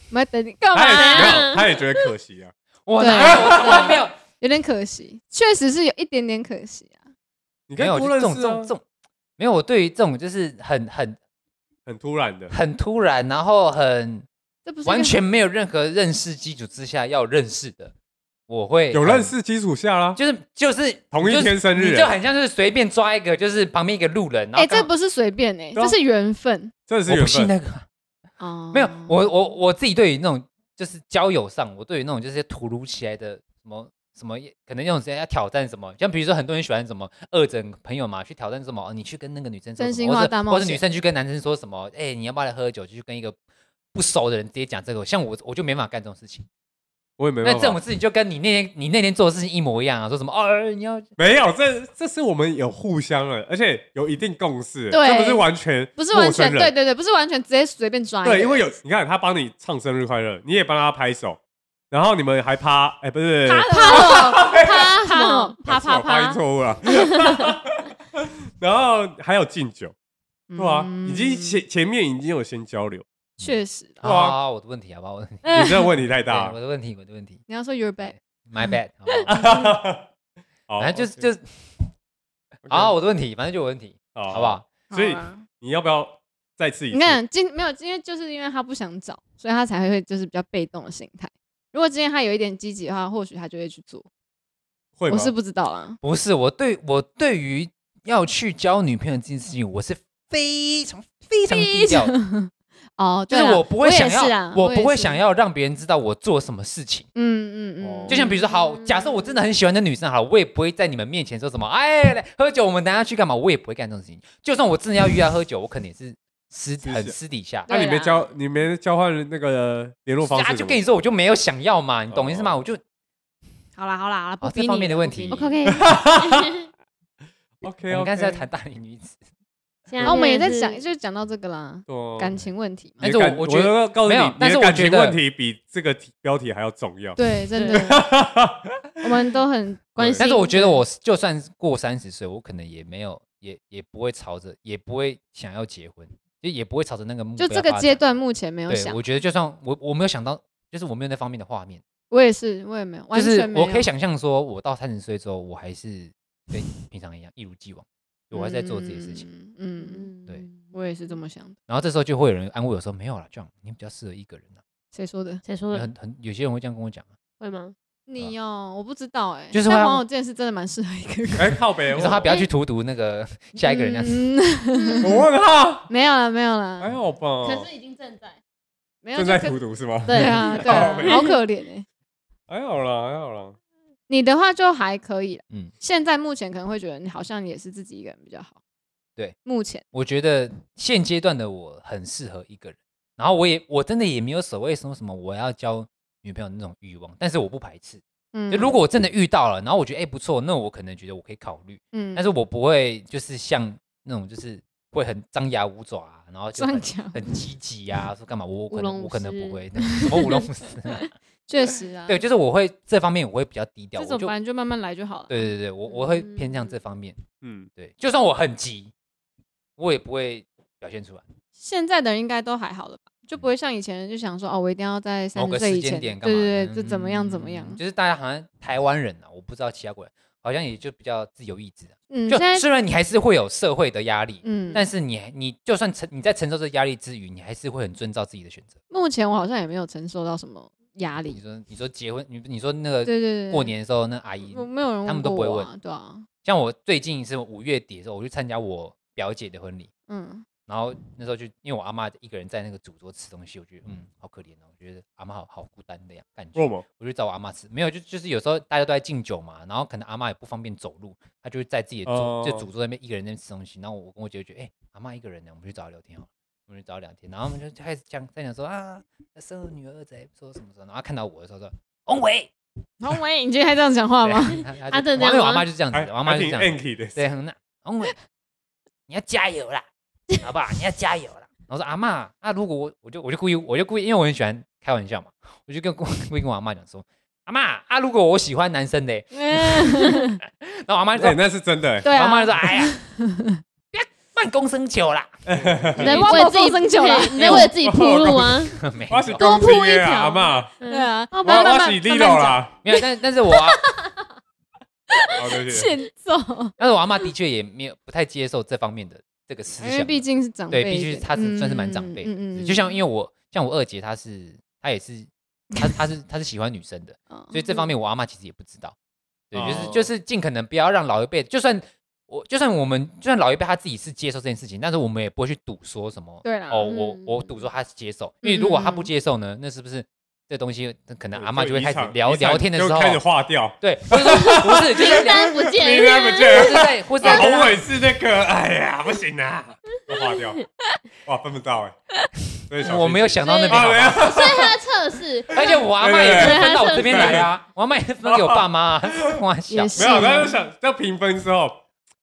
我们在等你干他也嘛？没啊有，他也觉得可惜 <laughs> 啊。我对哪有？我没有，有点可惜，确实是有一点点可惜啊。你没跟有不就认这种识这种啊这，种，没有。我对于这种就是很很很突然的，很突然，然后很这不是一个完全没有任何认识基础之下要认识的，我会有很认，识基础下啦，就是就是同一就是天生日啊你就很像是随便抓一个，就是旁边一个路人，然哎、后这刚好不是随便哎、对啊这是缘分真的是我缘不信分。啊那个，哦。没有，我我我自己对于那种就是交友上，我对于那种就是突如其来的什么什么，可能那种时间要挑战什么，像比如说很多人喜欢什么二整朋友嘛，去挑战什么，哦你去跟那个女生说真什心么，话或大者冒或者险女生去跟男生说什么，哎、你要不要来喝酒？就去跟一个不熟的人直接讲这个，像我我就没办法干这种事情。我也没那办这种法，事情就跟你那天你那天做的事情一模一样啊，说什么哦，呃你要没有，这这是我们有互相了，而且有一定共识，对这不是完全不是完全陌生人对对对，不是完全直接随便抓一个对，因为有你看他帮你唱生日快乐，你也帮他拍手，然后你们还趴，哎、不是啊啪啪啪啪什么啪，啪啪我发音啪，错误了。 <laughs> 然后还有敬酒，对啊，嗯已经前前面已经有先交流，嗯确实对啊啊，我的问题好不好？我的问题，你这问题太大嗯 <laughs> 对我了。的问题，我的问题你要说 you're back， ，my bad，好 <laughs> 不好好反正就是 OK，就是 OK，啊，我的问题，反正就我的问题，好好不好？？所以好啊你要不要再次一次？你看今没有，今天就是因为他不想找，所以他才会就是比较被动的心态。如果今天他有一点积极的话，或许他就会去做。会吗我？是不知道啦，不是我对我对于要去交女朋友这件事情，我是非常非常低调的，哦，就对啦是我不会也想是要啊，我也不会是想，要让别人知道我做什么事情。嗯嗯哦嗯，就像比如说，好，假设我真的很喜欢的女生，好了，我也不会在你们面前说什么，哎，来喝酒，我们等下去干嘛？我也不会干这种事情。就算我真的要约她喝酒，我肯定也是私私很下私底下。那啊你啊对没啦交，你没交换那个联络方啊，式？就跟你说，我就没有想要嘛，你懂意思吗？哦我就好啦好啦好啦，不哦逼这你方了面的不问逼题你了 OK OK， <laughs> OK，我们刚才是在谈大龄女子，现然哦后我们也在是讲，就讲到这个啦，感。情问题嘛。你哦的但是我感我我觉得要告诉没有你，但你的是我感觉情得问题比这个题标题还要重要。对，真 <laughs> 的，我们都很关对心。但是我觉得我就算是过三十岁，我可能也没有，也也不会朝着，也不会想要结婚，就也不会朝着那个目标就发这展。个阶段目前没有对，想，我觉得就算我我没有想到，就是我没有那方面的画面，我也是，我也没有，就完是全没我有。可以想象说，我到三十岁之后，我还是跟平常一样，一如既往，我还是在做这些事情。情。嗯，嗯对，我也是这么想的。然后这时候就会有人安慰我说：“没有啦，这样你比较适合一个人啊。谁说的？谁说的？很很有些人会这样跟我讲啊，会吗？你哦，我不知道哎。就是会但让黄友健是真的蛮适合一个人。哎，靠北，你我说他不要去荼毒那个 <laughs> 下一个人这啊样子。嗯 <laughs> 我问他，没有了，没有还了，好吧？已经正在，没有。哎正在就荼毒是吗？对啊，对啊靠北，好可怜哎。还好啦，还好啦。你的话就还可以，嗯嗯，现在目前可能会觉得你好像也是自己一个人比较好。对，目前我觉得现阶段的我很适合一个人，然后我也我真的也没有所谓什么什么我要交女朋友那种欲望，但是我不排斥。嗯就，如果我真的遇到了，然后我觉得哎、不错，那我可能觉得我可以考虑，嗯但是我不会就是像那种就是会很张牙舞爪啊，然后就很张牙很积极啊，说干嘛我我可舞能龙我可能舞狮不会，对什么舞龙舞狮 <laughs> 啊、确实啊，对，就是我会这方面我会比较低调，这我种就反正就慢慢来就好了。对对对，我我会偏向这嗯方面，嗯，对，就算我很急，我也不会表现出来。现在的人应该都还好了吧，就不会像以前人就想说哦，我一定要在某三个十时岁以间前，点干对嘛的？对对，就怎么样怎么样嗯。就是大家好像台湾人啊，我不知道其他国人，好像也就比较自由意志啊、嗯，就现在虽然你还是会有社会的压力，嗯，但是你你就算承你在承受这压力之余，你还是会很遵照自己的选择。目前我好像也没有承受到什么压你力。说你说结婚，你你说那个对对对，过年的时候，那阿姨我没有人他们都过不会我问啊，对啊，像我最近是五月底的时候，我去参加我表姐的婚礼，嗯，然后那时候就因为我阿妈一个人在那个主桌吃东西，我觉得嗯好可怜哦，我觉得阿妈好好孤单的呀感觉为。什么？我就找我阿妈吃，没有就就是有时候大家都在敬酒嘛，然后可能阿妈也不方便走路，她就会在自己的桌、哦就主桌那边一个人在那边吃东西。然后我跟我姐姐觉得，哎、阿妈一个人呢，我们去找她聊天好了，我们去找她聊天。然后我们就就开始讲在讲说啊，生了女儿仔，说什么什么。然后她看到我的时候说，翁伟，红伟，哎你今天还这样讲话对吗？她她啊就我对这样没有我阿吗妈就是这样子还嗯的，我阿妈哎还就是挺这样子 anky 的，哎对，很那翁伟，你要加油啦，好不好？你要加油啦。然后说阿妈，那、如果我我就我就故意我就故意，因为我很喜欢开玩笑嘛，我就跟 <laughs> 故意跟我阿妈讲说，阿妈啊，如果我喜欢男生的、嗯然后我妈就哎，说，那是真的， <laughs> 对我妈啊就，说，哎呀， <laughs> 不要办公生球啦， <laughs> 你对在忘为了自己放生球了嘿你在为自己铺路啊，嗯没我是有，公多铺一鸡的啊条阿妈，对啊，我慢慢慢我慢是利落啊啦，没有，但但是我啊，好对不慢慢起欠揍，但是我阿妈的确也没有不太接受这方面的这个思因为想，毕竟是长辈对，一点，嗯必须她是算是蛮长辈的，就像因为我像我二姐她是她也是她她是她是喜欢女生的，哦所以这嗯方面我阿妈其实也不知道，对，就是哦就是尽可能不要让老一辈，就算。我就算我们就算老一辈他自己是接受这件事情，但是我们也不会去赌说什么对啦哦，我我嗯赌说他是接受，因为如果他不嗯嗯嗯接受呢，那是不是这东西那可能对阿妈这就个会遗开始产聊遗产聊天的时就开始候，化掉，对，不是说不 <laughs> 是就是名聊，单不见明天不了，见或了是。在或是啊在跟宏他伟是那个，哎呀，不行啊， <laughs> 都划掉，哇，分不到哎、所以小心我没有想到那边啊，好没吧，有，所以他的测试，而且我阿妈也对对是对分到我这边来啊，我阿妈也是分给我爸妈啊，我小也是没有，他就想要平分之后，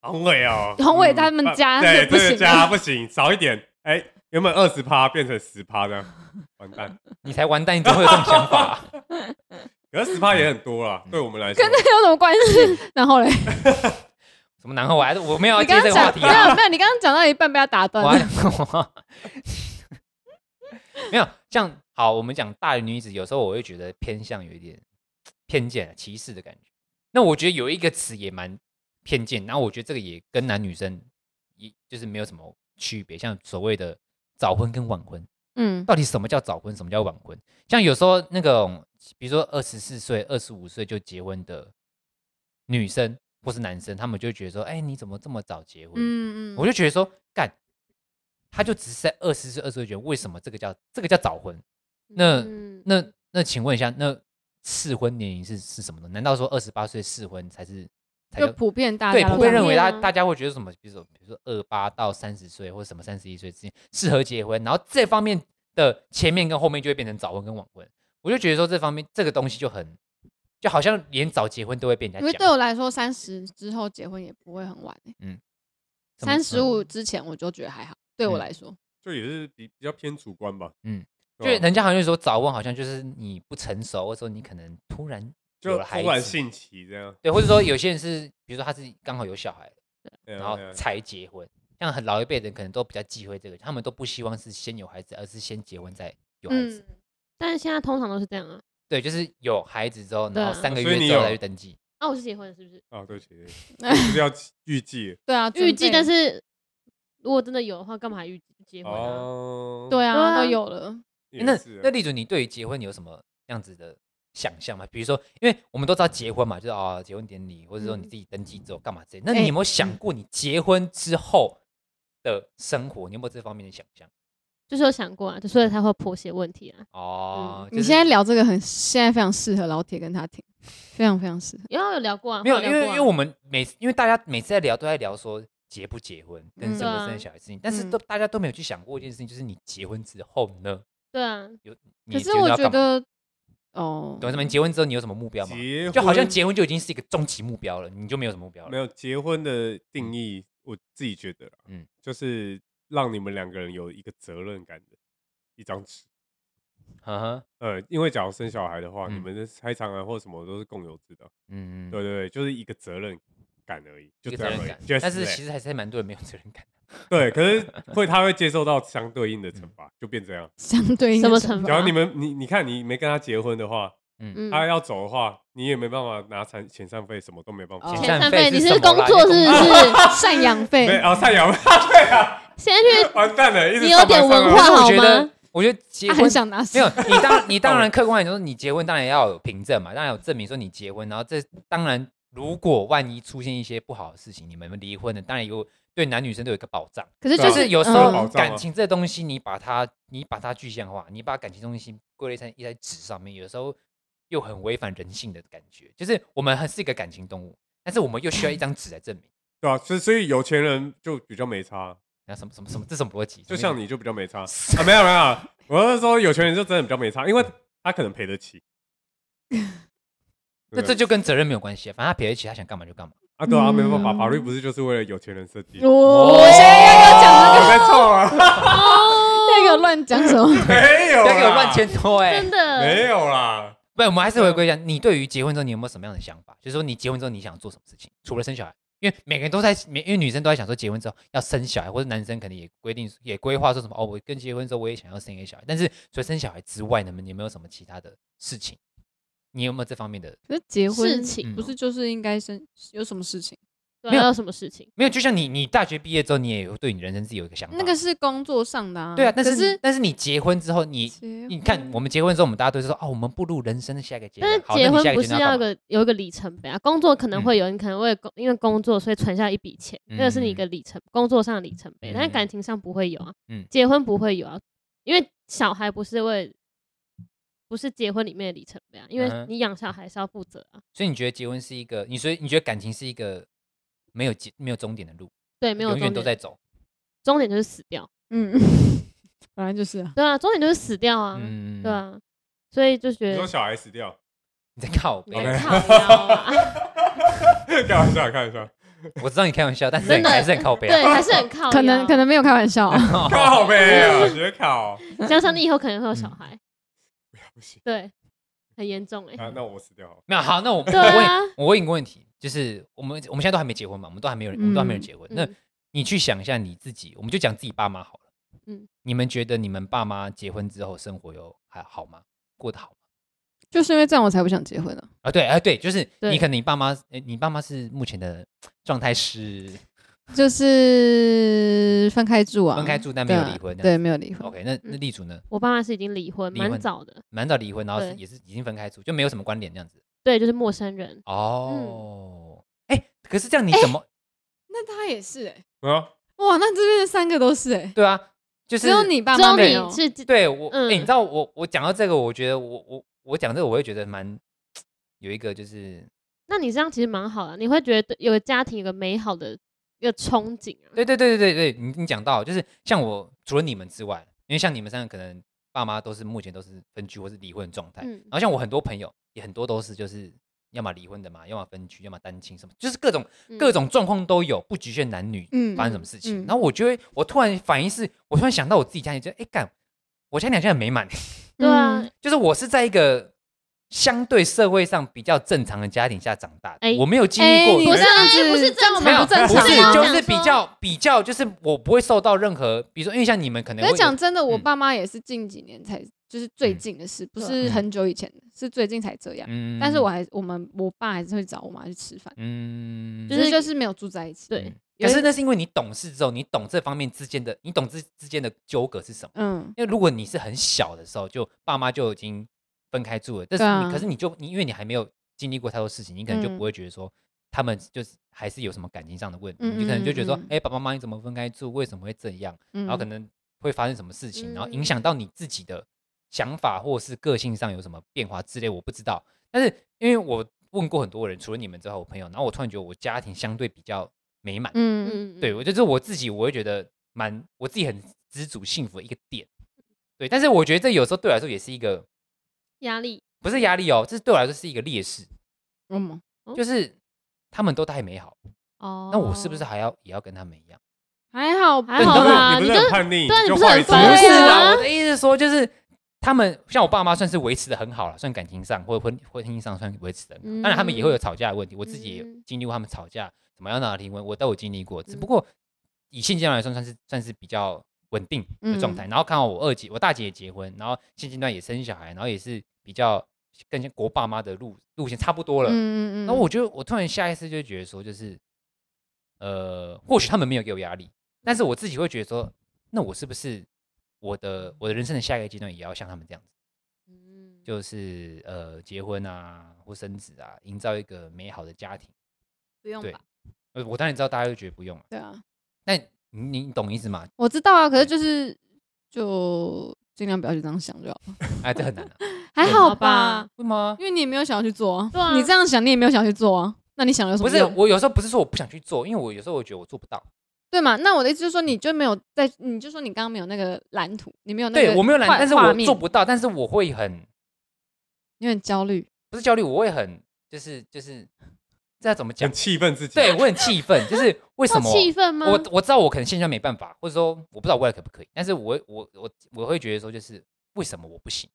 宏伟哦，宏伟他们家对，是不这个行啊的家不行，少一点，哎、原本二十趴变成十趴这样，完蛋，你才完蛋，你怎么会有这种想法啊？可是十趴也很多嗯啦，对我们来说跟，这 <laughs> 有什么关 <laughs> 系？然后嘞，什么然后我还是我没有要你接刚这刚个话讲题没有啊，没有，你刚刚讲到一半被他打断我还 <laughs> 了，我没有像好，我们讲大龄女子，有时候我会觉得偏向有一点偏见、啊歧视的感觉。那我觉得有一个词也蛮偏见，然后我觉得这个也跟男女生也就是没有什么区别，像所谓的早婚跟晚婚。嗯到底什么叫早婚，什么叫晚婚？像有时候那种，比如说二十四岁、二十五岁就结婚的女生或是男生，他们就会觉得说，哎，你怎么这么早结婚？嗯嗯，我就觉得说，干，他就只是在二十岁、二十岁觉得为什么这个叫这个叫早婚？那嗯那那请问一下，那适婚年龄是是什么呢？难道说二十八岁适婚才是才就叫普遍大家对，都普遍这样认为大普遍啊大家会觉得什么，比如说比如说二八到三十岁或者什么三十一岁之间适合结婚，然后这方面的前面跟后面就会变成早婚跟晚婚。我就觉得说这方面这个东西就很，就好像连早结婚都会被人因为家对讲，我来说，三十之后结婚也不会很晚、欸，嗯什么三十五之前我就觉得还好，对我来说，就也是比比较偏主观吧，嗯就对吧，人家好像就说早婚好像就是你不成熟，或者说你可能突然有就了孩突然子兴起这样，对，或者说有些人是，比如说他是刚好有小孩，然然后啊才结婚，像很老一辈的人可能都比较忌讳这个，他们都不希望是先有孩子，而是先结婚再有孩子。嗯，但是现在通常都是这样啊。对，就是有孩子之后，对然啊后三个所以月你之后有再去登记。啊，我是结婚了是不是？啊，对不起，对不起就是要预 <laughs> 计对啊，预计，准备但是如果真的有的话，干嘛还预计结婚啊？哦，对对啊，啊都有了，也诶那是啊那立主，你对于结婚有什么样子的想象吗？比如说，因为我们都知道结婚嘛，就是啊、结婚典礼，或者说你自己登记之后干嘛之类。那你嗯诶嗯有没有想过你结婚之后的生活？你有没有这方面的想象？就是有想过啊，就所以才会有婆媳问题啊。哦，就嗯你是现在聊这个很，现在非常适合老铁跟他听，非常非常适合，因为有聊过啊，没有，会因聊为因过啊为我们每次因为大家每次在聊都在聊说结不结婚跟嗯生不对啊生小孩的事情，但是都大家都没有去想过一件事情，就是你结婚之后呢？对啊，你可结是婚我要觉干嘛？得，哦，懂什么？你结婚之后你有什么目标吗？结就好像婚结婚就已经是一个终极目标了，你就没有什么目标没了。有结婚的定义，我自己觉得啦，嗯嗯，就是让你们两个人有一个责任感的一张纸。呵呵，呃，因为假如生小孩的话，你嗯们的财产啊或什么都是共有制的，嗯，嗯对对对，就是一个责任感而已，就一这个样责任而已感。。 Just 但是 that 其实还是蛮多人没有责任感。对，可 <laughs> 是会他会接受到相对应的嗯惩罚，就变这样。相对应的什么惩惩罚罚假如你们你你看你没跟他结婚的话，啊嗯，嗯，他要走的话，你也没办法拿产遣散费，什么都没办法哦。遣遣散费费是你什是么啦工作你是不 <laughs> 是？<laughs> 赡养费对，啊，赡养 <laughs> 费对啊，现 <laughs> 在去完蛋了，一直你有上班点上文班化但是我好觉得吗，啊我觉得结他婚很想拿死 <laughs> 没有，你当你当然客观来说，你结婚当然要有凭证嘛，当然有证明说你结婚，然后这当然如果万一出现一些不好的事情，你们离婚了，当然有对男女生都有一个保障。可是对啊就是是有时嗯保障啊候感情这东西，你把它你把它具象化，你把感情东西归类成一张纸上面，有时候又很违反人性的感觉。就是我们很是一个感情动物，但是我们又需要一张纸来证明。对啊，所以所以有钱人就比较没差，那什么什么什么，这什么逻辑？就什么像你就比较没 <laughs> 差啊，没有没有，我是说有钱人就真的比较没差，因为他可能赔得 <laughs> 起。那这就跟责任没有关系啊，反正他撇得起，他想干嘛就干嘛。啊，对啊，没办法，嗯法律不是就是为了有钱人设计哦的？我现在要讲我 <laughs> 那在凑 <laughs> 啊，个，那个乱讲什么？没有不啦，要给我乱牵拖哎！真没的，有啦，不，我们还是回归一下，你对于结婚之后你有没有什么样的想法？就是说你结婚之后你想做什么事情？除了生小孩，因为每个人都在，每因为女生都在想说结婚之后要生小孩，或者男生可能也规定也规划说什么哦，我跟结婚之后我也想要生一个小孩。但是除了生小孩之外，你们有没有什么其他的事情？你有没有这方面的？可是结婚事情不是就是应该生有什么事情？对嗯啊没有要什么事情？没有，就像你，你大学毕业之后，你也有对你人生自己有一个想法。那个是工作上的啊，对啊，但可是是但是你结婚之后，你结你看婚我们结婚之后，我们大家都是说哦，我们步入人生的下一个阶段但是。好那结你婚下不阶是段要要干嘛有嗯个有一个里程碑啊，工作可能会有，你可能为工因为工作所以存下一笔钱，那个是你一个里程，工作上的里程碑，但是感情上不会有啊，嗯结婚不会有啊，因为小孩不是为不是结婚里面的里程碑啊，因嗯为哼你养小孩是要负责啊，所以你觉得结婚是一个，你所以你觉得感情是一个没有结没有终点的路，对，没有永远终都点，在走。终点就是死掉，嗯， <laughs> 本来就是啊对啊，终点就是死掉啊，嗯，对，啊，所以就觉你得说小孩死掉，你在靠没北， OK 靠腰啊，开玩笑，开玩笑，我知道你开玩笑，但是真的还是很靠北对，啊。 <laughs> 还是很靠腰，可能可能没有开玩笑啊， <laughs> 哦靠呗啊，学考加上你以后可能会有小嗯孩，不行对，很严重哎、啊，那我死掉好了，那好，那嗯我我 <laughs> 对啊问我问一个问题，就是我们我们现在都还没结婚嘛，我们都还没有人，我们都还没有人结婚。那嗯你去想一下你自己，我们就讲自己爸妈好了。嗯嗯，你们觉得你们爸妈结婚之后生活有还好吗？过得好吗？就是因为这样我才不想结婚啊。啊，对，啊，对，就是你对可能你爸妈，诶你爸妈是目前的状态是 <laughs> 就是分开住啊，分开住，但没有对啊离婚。这样对，没有离婚。 OK，那嗯那立主呢？我爸妈是已经离婚，离婚蛮早的，蛮早离婚，然后是对嗯也是已经分开住，就没有什么关联这样子。对，就是陌生人，哦，哎、可是这样你怎么、那他也是哎，啊，哇，那这边的三个都是哎，对啊？就是只有你爸只妈有没有你。是对我，哎、嗯你知道我我讲到这个，我觉得我我我讲这个，我会觉得蛮有一个就是那你这样其实蛮好的，你会觉得有个家庭，有个美好的一个憧憬啊。对对对对对对，你你讲到就是像我除了你们之外，因为像你们三个可能爸妈都是目前都是分居或是离婚的状态，嗯然后像我很多朋友也很多都是就是要么离婚的嘛，要么分居，要么单亲什么，就是各种嗯各种状况都有，不局限男女嗯发生什么事情。嗯然后我就会，我突然反应是，我突然想到我自己家里，就哎干，我家里好像很美满， <laughs> 对啊，嗯就是我是在一个相对社会上比较正常的家庭下长大的，哎我没有经历哎，过。你不是这样哎不子，是这样我这们没有，不正不常是，啊。就我是想比说较比较，就是我不会受到任何，比如说，因为像你们可能可会是有讲真的，我嗯爸妈也是近几年才，就是最近的事，不是很久以前的，是最近才这样。啊嗯但是我还我们我爸还是会找我妈去吃饭，嗯，就就是是就是没有住在一起。对，可有一是那是因为你懂事之后，你懂这方面之间的，你懂这之间的纠葛是什么。嗯，因为如果你是很小的时候，就爸妈就已经分开住了，但是对你、啊可是你就你因为你还没有经历过太多事情，你可能就嗯不会觉得说、他们就是还是有什么感情上的问题，嗯你可能就觉得说，嗯嗯嗯哎、爸爸妈妈你怎么分开住？为什么会这样？然然后可能会发生什么事情，然后影嗯响到你自己的想法或是个性上有什么变化之类，我不知道。但是因为我问过很多人，除了你们之后，我朋友，然后我突然觉得我家庭相对比较美满，嗯嗯，嗯对，我就是我自己，我会觉得蛮我自己很知足幸福的一个点。嗯对，但是我觉得这有时候对我来说也是一个压力，不是压力哦，这对我来说是一个劣势，嗯，哦就是他们都太美好，哦，那我是不是还要也要跟他们一样？还好吧还好啦你不你是很就叛逆，对啊你就不是坏很主对意烦不是啊啊，我的意思是说就是他们像我爸妈算是维持的很好了，算感情上或者婚婚姻上算维持的很好。当然他们也会有吵架的问题，我自己也嗯经历过他们吵架怎么样闹离婚，我都有经历过。只不过以现阶段来说，算是算是比较稳定的状态。然后刚好我二姐、我大姐也结婚，然后现阶段也生小孩，然后也是比较跟国爸妈的路路线差不多了。嗯然后我就我突然下意识就觉得说，就是呃，或许他们没有给我压力，但是我自己会觉得说，那我是不是我的我的人生的下一个阶段也要像他们这样子，嗯就是呃结婚啊或生子啊，营造一个美好的家庭。不用对吧？呃，我当然知道大家会觉得不用了，对啊，但你你你懂意思吗？我知道啊，可是就是就尽量不要去这样想就好了，哎，这很难、啊，还好吧？为什么？因为你也没有想要去做啊，对啊你这样想你也没有想要去做啊，那你想了有什不么是用？我有时候不是说我不想去做，因为我有时候我觉得我做不到，对嘛？那我的意思就是说，你就没有在，你就说你刚刚没有那个蓝图，你没有那个对我没有懒，画但是画我面做不到，但是我会很你很焦虑，不是焦虑，我会很就是就是这要怎么讲很？气愤自己。对我很气愤，就是为什要么气愤吗？我我知道我可能现在没办法，或者说我不知道我未来可不可以，但是我我我我会觉得说，就是为什么我不行？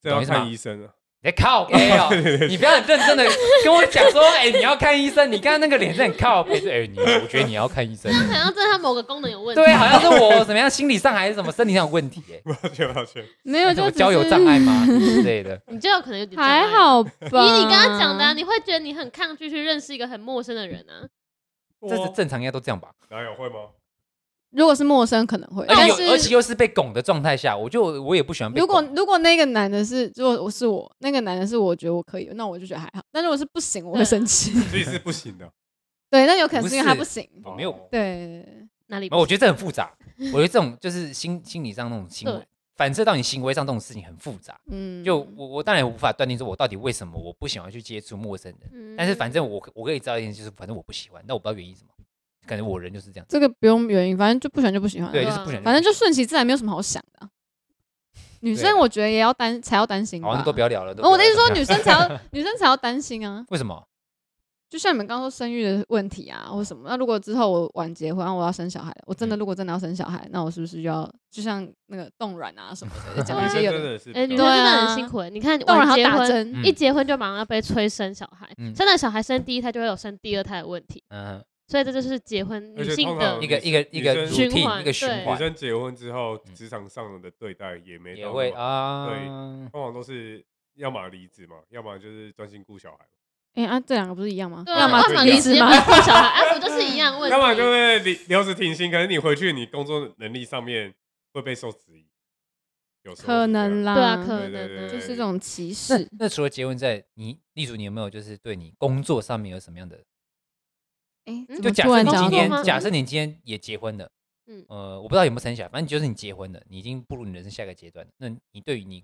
这要懂意思吗看医生啊了。你在靠背 <laughs> 哦，你不要很认真的跟我讲说，哎、你要看医生，你刚刚那个脸是很靠背，说哎、你我觉得你要看医生， <laughs> 好像真的他某个功能有问题。对，啊好像是我怎么样，心理上还是什么生理上有问题、哎抱歉，抱歉，没有哎，就我只交友是障碍 <laughs> 吗之类的？你就有可能有点障碍还。<laughs> 好吧？以你刚刚讲的啊、你会觉得你很抗拒去认识一个很陌生的人啊。这是正常应该都这样吧？哪有会 <laughs> 吗？如果是陌生可能会，而且但有，而且是又是被拱的状态下，我就我也不喜欢被如果拱如果那个男的是，如果我是我那个男的是，我觉得我可以，那我就觉得还好。但如果是不行，我会生气。 <laughs> 所以是不行的。对，那有可能是因为他啊不不是行。我没有哦对，哪里没哦不行？有我觉得这很复杂。我觉得这种就是心心理上那种行为对，反射到你行为上这种事情很复杂。嗯，就我我当然无法断定说我到底为什么我不喜欢去接触陌生人，嗯但是反正我可我可以知道一件事，就是反正我不喜欢，但我不知道原因是什么，可能我人就是这样子。这个不用原因，反正就不喜欢就不喜欢啊。对，对就啊是不喜欢。反正就顺其自然，没有什么好想的啊。女对生我觉得也要担，才要担心好吧像。都不要聊了。都哦我的意思不要啊说，聊了女生才要女生才要担心啊。为什么？就像你们刚刚说生育的问题啊，或什么。那如果之后我晚结婚，然后我要生小孩了，我真的嗯如果真的要生小孩，那我是不是就要就像那个冻卵啊什么 <laughs> 的，讲一些有真的的是比较哎、女对生啊真的很辛苦、欸。你看，冻卵我还结要打婚，针，嗯一结婚就马上要被催生小孩，嗯生了小孩生第一胎就会有生第二胎的问题，嗯，所以这就是结婚而女且性通常的啊一个一个一女个生循 routine，环一个循对女环生结婚之后，嗯职场上的对待也没也到会那么好，啊。通常都是要么离职嘛，要么就是专心顾小孩，哎、啊，这两个不是一样吗？对要啊，么为为什什么么离离职职吗 <laughs> 不？顾小孩？哎、不就是一样的问题？要么就是离留职停薪，可能你回去你工作能力上面会被受质疑，有时候是这样可能啦，对啊，可对能对对呢对就是这种歧那视。那除了结婚在你，例如你有没有就是对你工作上面有什么样的哎、怎就么假突设然你今讲到工作这天，吗假设你今天也结婚了，嗯嗯，呃，我不知道有没有生小孩，反正就是你结婚了，你已经步入你人生下一个阶段了。那你对于你，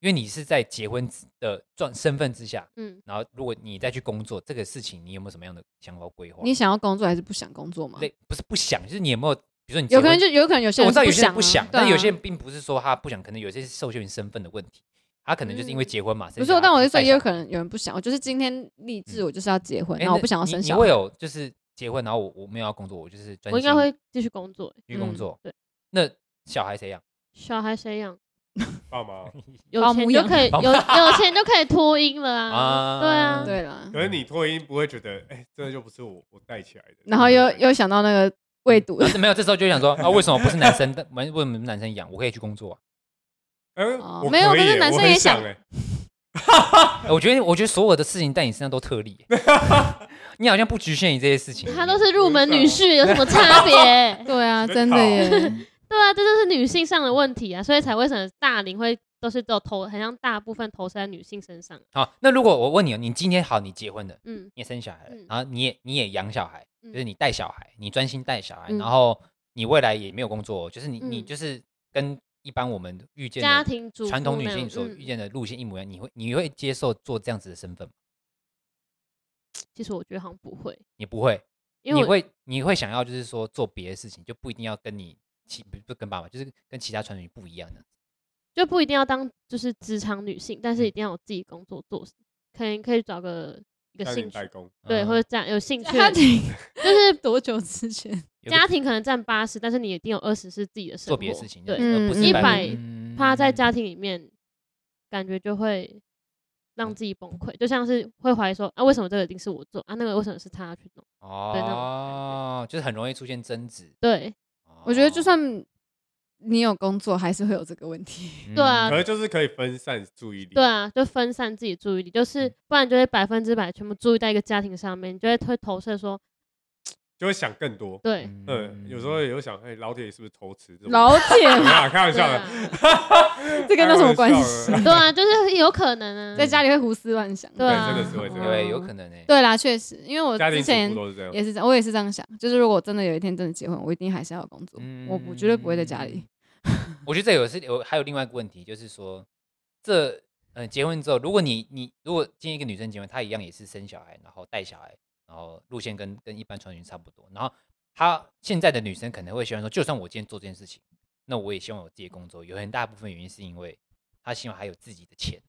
因为你是在结婚之的状身份之下，嗯，然后如果你再去工作这个事情，你有没有什么样的想法规划？你想要工作还是不想工作吗？对，不是不想，就是你有没有，比如说你结有可能婚就有可能有些我人知道有些想、人啊，不想，对啊但有些人并不是说他不想，可能有些是受限于身份的问题，他可能就是因为嗯结婚嘛，不是我，但我就就说也有可能有人不想。我就是今天立志，嗯我就是要结婚，哎，然后我那不想要你生你小会孩。有就是结婚，然后我我没有要工作，我就是专我应该心会继续工作、欸去工嗯作。对，那小孩谁养？小孩谁养？爸 <laughs> 妈。保有钱姆就 <laughs> 养可以有有钱就可以脱音了啊啊！对啊，对啦，可是你脱音不会觉得，哎，真的就不是我我带起来的。然后又又想到那个 <laughs> 未读，嗯没有，这时候就想说啊，为什么不是男生？但为为什么男生养？我可以去工作啊。哎哦我没有以可是耶男我生很也想想哎，哎我觉得，我觉得所有的事情在你身上都特例， <laughs> 你好像不局限于这些事情。她都是入门女婿，有什么差别、欸对啊，学真的考 <laughs> 耶， <laughs> 对啊，这就是女性上的问题啊，所以才为什么大龄会都是都投，很像大部分投射在女性身上。啊好，那如果我问你，哦你今天好，你结婚了，嗯，你也生小孩了嗯，然后你也你也养小孩，嗯就是你带小孩，你专心带小孩，嗯然后你未来也没有工作，哦就是你你嗯就是跟一般我们遇见的家庭主妇传统女那样性所嗯遇见的路线一模一样，你会你会接受做这样子的身份吗？其实我觉得好像不会，你不会，因为你我会你会想要就是说做别的事情，就不一定要跟你其不不跟爸爸，就是跟其他传统女不一样的。就不一嗯定要当就是职场女性，但是一定要有自己工作做，可能可以找个一一个家兴庭趣代，工，对，嗯或者这样有兴趣， <laughs> 家庭就是多久之前？有个家庭可能占八十，但是你一定有二十是自己的生活，做别的事情，对，而不是嗯百分100嗯趴在家庭里面，感觉就会嗯让自己崩溃，就像是会怀疑说啊，为什么这个一定是我做啊，那个为什么是他去弄？那种感觉嗯哦，就是很容易出现争执。对，我觉得哦就算你有工作，还是会有这个问题。嗯对啊可能就是可以分散注意力。对啊，就分散自己注意嗯力，就是不然就会百分之百全部注意在一个家庭上面，你就会会投射说，就会想更多。对，嗯，有时候也会想，哎，老铁是不是偷吃这嗯种？老铁， <laughs> <laughs> 啊没有啊，开玩对笑啊的，， <laughs> 这跟那什么关系开玩笑？ <laughs> 的？ <laughs> 对啊，就是有可能啊，在家里会胡思乱想。对啊，对真的是会这样对，有可能，能欸诶。对啦，确实，因为我家之庭前主妇都是这样。也是这样，我也是这样想，就是如果我真的有一天真的结婚，我一定还是要有工作，嗯我不绝对不会在家里。我觉得这有是有还有另外一个问题，就是说这呃结婚之后，如果你你如果今天一个女生结婚，她一样也是生小孩，然后带小孩，然后路线跟跟一般传统差不多，然后她现在的女生可能会希望说，就算我今天做这件事情，那我也希望有自己的工作。有很大部分原因是因为她希望还有自己的钱。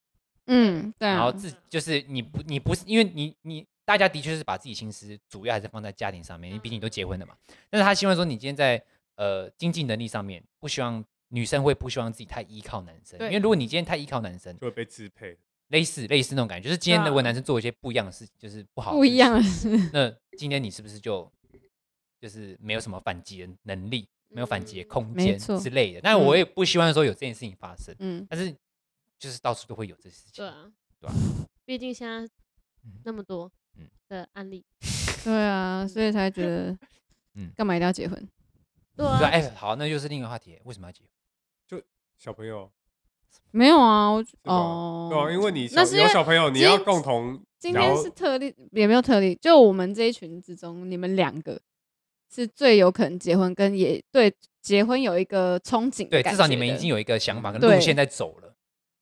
嗯，对然后啊，自就是你不你不是因为你你大家的确是把自己心思主要还是放在家庭上嗯面，因为毕竟你都结婚了嘛。但是他希望说你今天在呃经济能力上面，不希望女生会不希望自己太依靠男生，对因为如果你今天太依靠男生，就会被支配，类似类似那种感觉，就是今天如果男生做一些不一样的事，就是不好的嗯不一样事的是， <laughs> 情，那今天你是不是就就是没有什么反击的能力，没有反击的空嗯没间错之类的？但我也不希望说有这件事情发生，嗯，但是就是到处都会有这事情。对啊，对啊毕竟现在那么多嗯的案例，对啊，所以才觉得 <laughs> 嗯，干嘛一定要结婚？对对啊，啊，哎、好，那就是另一个话题，为什么要结婚？小朋友没有啊，我吧哦，对啊，因为你小那是因有为小朋友，你今要共同今然天后是特例，也没有特例，就我们这一群之中，你们两个是最有可能结婚，跟也对结婚有一个憧憬的对，感至觉的。少你们已经有一个想法跟路对线在走了。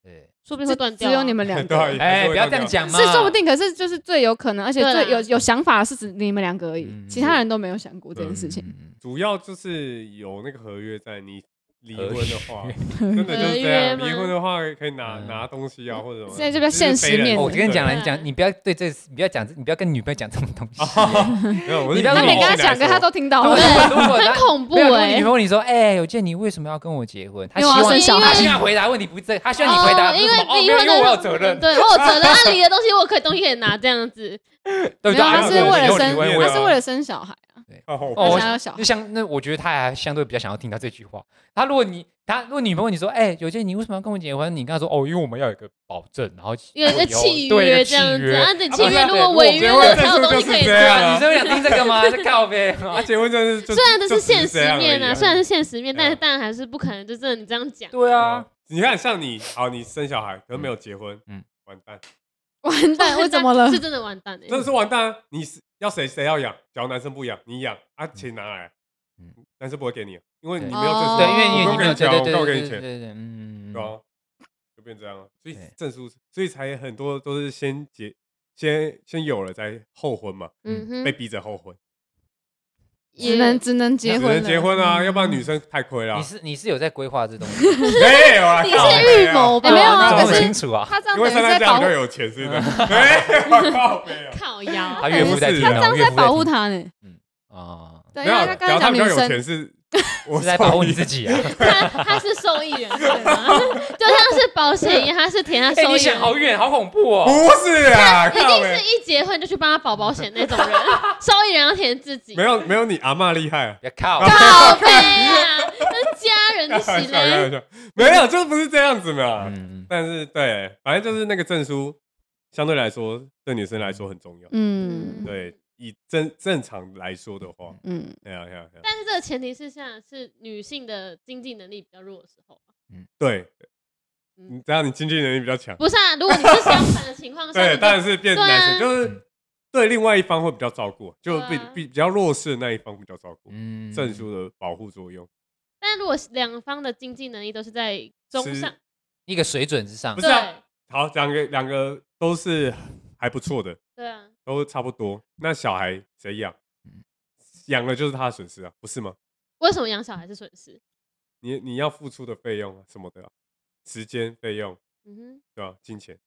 对，说不定这会断只掉啊，有你们两 <laughs> 对个。啊，也还是哎、会不要乱这样讲嘛，是说不定，可是就是最有可能，而且对啊最有有想法的是指你们两个而已，嗯其他人都没有想过这件事情。嗯。嗯嗯主要就是有那个合约在，你离合婚的话，约真的就是这合约样。吗离婚的话可以拿、嗯拿东西啊，或者什么。现在就比较现实面哦我跟你讲了，对你讲，你不要对这，你不要讲，你不要跟女朋友讲这种东西。对，没有，我是你不要那以你跟我他来讲，说跟他都听到如了果。如果很他恐怖啊没有如果哎、你女朋友问你说，哎、我见你为什么要跟我结婚？他希因为我要望生小他孩希望回答问题不正，他希望你回答哦不是因什为么哦，没离有因婚为的我有责任，对我有 <laughs> 责任，那离的东西我可以东西可以拿这样子，对不没对？有，啊他是如果为你了有生，你有他是为了生小孩 <laughs> 啊，哦哦，他我想要小就孩。像那，我觉得他还相对比较想要听到这句话。他如果你他如果女朋友你说，哎、有些你为什么要跟我结婚？你跟他说，哦，因为我们要有一个保证，然后因为我那哦有契对一个约这样契子，约啊，你契约啊如不是果违约我觉了，得才有东西可以这样拿。啊你是不是想听这个吗？在靠呗。 <laughs> 他啊结婚就是就虽然这就是现只这样实面而已啊，虽然是现实面，对啊但是当然还是不可能就真的你这样 <laughs> 讲，对啊啊，，你看像你，好，你生小孩，可是没有结婚，嗯嗯，完蛋，完蛋，我怎么了是？真的完蛋哎、真的是完蛋啊！你是要谁谁要养？假如男生不养，你养啊，钱拿来，嗯嗯，男生不会给你，因为你对没有证哦书，对，因为你已啊我经不用跟没有对对你对讲，我对告给你对对钱，对，嗯，对啊，就变这样了。所以对证书，所以才很多都是先结，先先有了再后婚嘛，嗯被哼，逼着后婚，只能只能结只婚能了，结婚啊，要不然女生太亏了嗯你啊。是你是有在规划这东西，没有啊，你靠是预北啊谋 <laughs> 吧？哎没有啊讲可得是很清楚 <laughs> 啊，他这样因等为于是现在在这样保比护较，有钱，是的，没有靠北啊。靠腰，他岳父在听他啊，这样岳在父保护听他呢。啊，对，没因有为他啊，刚只要他才讲比女较有生，钱是， <laughs> 我是在保护受你益自己 <laughs> 啊。他他是受益人，对吗？ <laughs> 就像是保险一样，他是填他哎，受你益人想，好远，好恐怖 <laughs> 哦。不是啊， <laughs> 一靠定是北，一结婚就去帮他保保险 <laughs> 那种人，受益人要填自己，没有没有你阿嬷厉害啊。别靠，靠背啊，那是家 <laughs> 人开的玩行笑，开玩嘞。笑，没有，就是不是这样子嘛。嗯，但是对，反正就是那个证书，相对来说对女生来说很重要。嗯对，以正正常来说的话，嗯，对啊，对啊，对啊但是这个前提是像是女性的经济能力比较弱的时候，对，你这样你经济能力比较强，不是啊？如果你是相反的情况下，对，你就当然是变对啊男生，嗯就是对另外一方会比较照顾，就对比啊比比较弱势的那一方比较照顾，嗯证书的保护作用。但如果两方的经济能力都是在中上，一个水准之上不，是啊对好，两个两个都是还不错的，对啊，都差不多。那小孩谁养嗯？养了就是他的损失啊，不是吗？为什么养小孩是损失？你你要付出的费用啊，什么的啊、时间费用，嗯哼，对吧、金钱，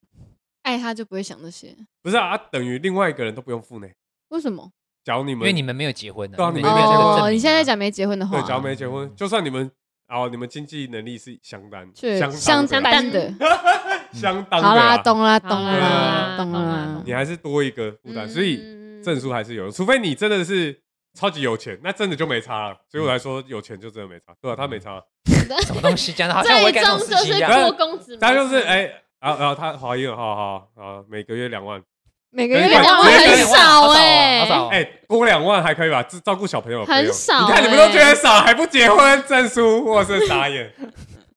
哎、爱他就不会想这些。不是啊，啊等于另外一个人都不用付呢。为什么？假如你们因为你们没有结婚呢、对啊你你们没有结婚哦，你现在讲讲没结婚的对，假啊话如，没结嗯婚，就算你们哦，你们经济能力是相当确相相当的当般的。相当的好啦，啊，懂啦，懂好啦，啦懂懂啦啦懂。你还是多一个负担，所以嗯证书还是有用，除非你真的是超级有钱，那真的就没差了。所以我嗯来说，有钱就真的没差，对啊，他没差， <laughs> 什么东西，讲的好像我会最干这 <laughs> 终种事就情一是样。过公子，他就是，哎。然后，然后他怀孕了，好好好，每个月两万，每欸个月可以两万可以很可以少啊哎好少、，啊哎，多两万还可以吧？照照顾小朋友的费用很少你看你们欸都觉得少，还不结婚证书，我是傻 <laughs> 眼。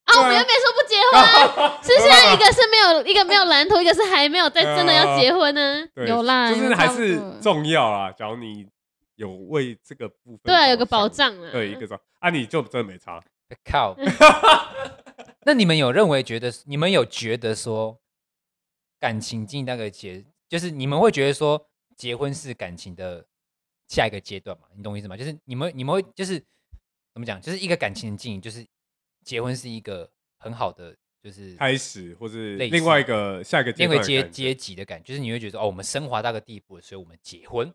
啊，我们原本说不结婚，啊啊是现在一个是没有，一个没有蓝图，一个是还没有在真的要结婚啊呢。 <laughs> 对，有啦就有是还差不是多重要啦。假如你有为这个部分，对啊，有个保，障啊。对一个障啊，你就真的没差。靠！那你们有认为觉得，你们有觉得说感情进那个结，就是你们会觉得说结婚是感情的下一个阶段嘛？你懂我意思吗？就是你们你们会就是怎么讲，就是一个感情的经营，就是结婚是一个很好的，就是开始或是类似另外一个下一个阶另外段一的个阶感觉阶级的感觉，就是你会觉得说哦，我们升华到个地步了，所以我们结婚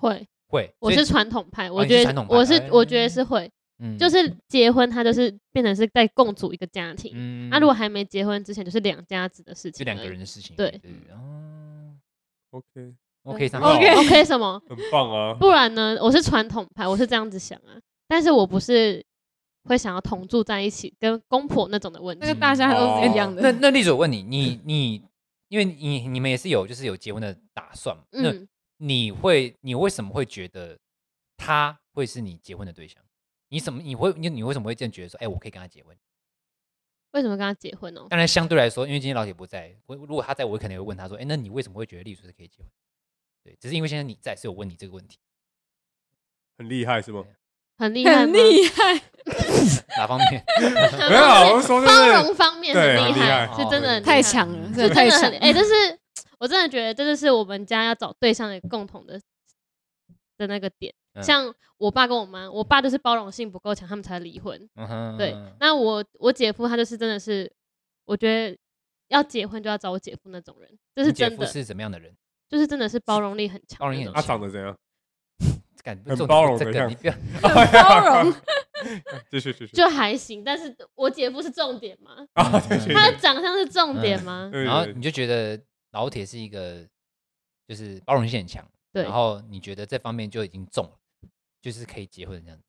会，会。我所以是传统派，我你是觉传得统派我是哎我觉得是会，嗯就是结婚，它就是变成是在共组一个家庭。啊嗯那如果还没结婚之前，就是两家子的事情而就已，两个人的事情，对哦 OK， ，OK，上好哦 OK OK 什么？很棒啊。不然呢？我是传统派，我是这样子想啊，但是我不是会想要同住在一起，跟公婆那种的问那题。个大家都是一样那的。那栗子，我问你，你你，因为你你们也是有就是有结婚的打算嘛，那嗯，你会你为什么会觉得他会是你结婚的对象？你什么你会你你为什么会这样觉得说，哎、我可以跟他结婚？为什么跟他结婚哦？当然相对来说，因为今天老铁不在，我如果他在我可能会问他说，哎、那你为什么会觉得栗子是可以结婚？对，只是因为现在你在，所以我问你这个问题，很厉害是吗？很厉害很吗，厉害，哪方 <laughs> 面？没有啊，我是说就包是容方面对很很厉厉害，害是真的很厉害太强了，真是的太真的强很了。哎，这是我真的觉得这就是我们家要找对象的共同的的那个嗯点。像我爸跟我妈，我爸就是包容性不够强，他们才离婚。嗯哼对，那我我姐夫他就是真的是，我觉得要结婚就要找我姐夫那种人，这是你姐真夫的，是怎么样的人？就是真的是包容力很强那种。包容力很他长得怎样？感很包容的这个，样你不要包容， <laughs> 继续继续就还行，但是我姐夫是重点吗？ <laughs> 啊，继续。他的长相是重点吗？对然后对你就觉得老铁是一个就是包容性很强，对然后你觉得这方面就已经中了，就是可以结婚这样子。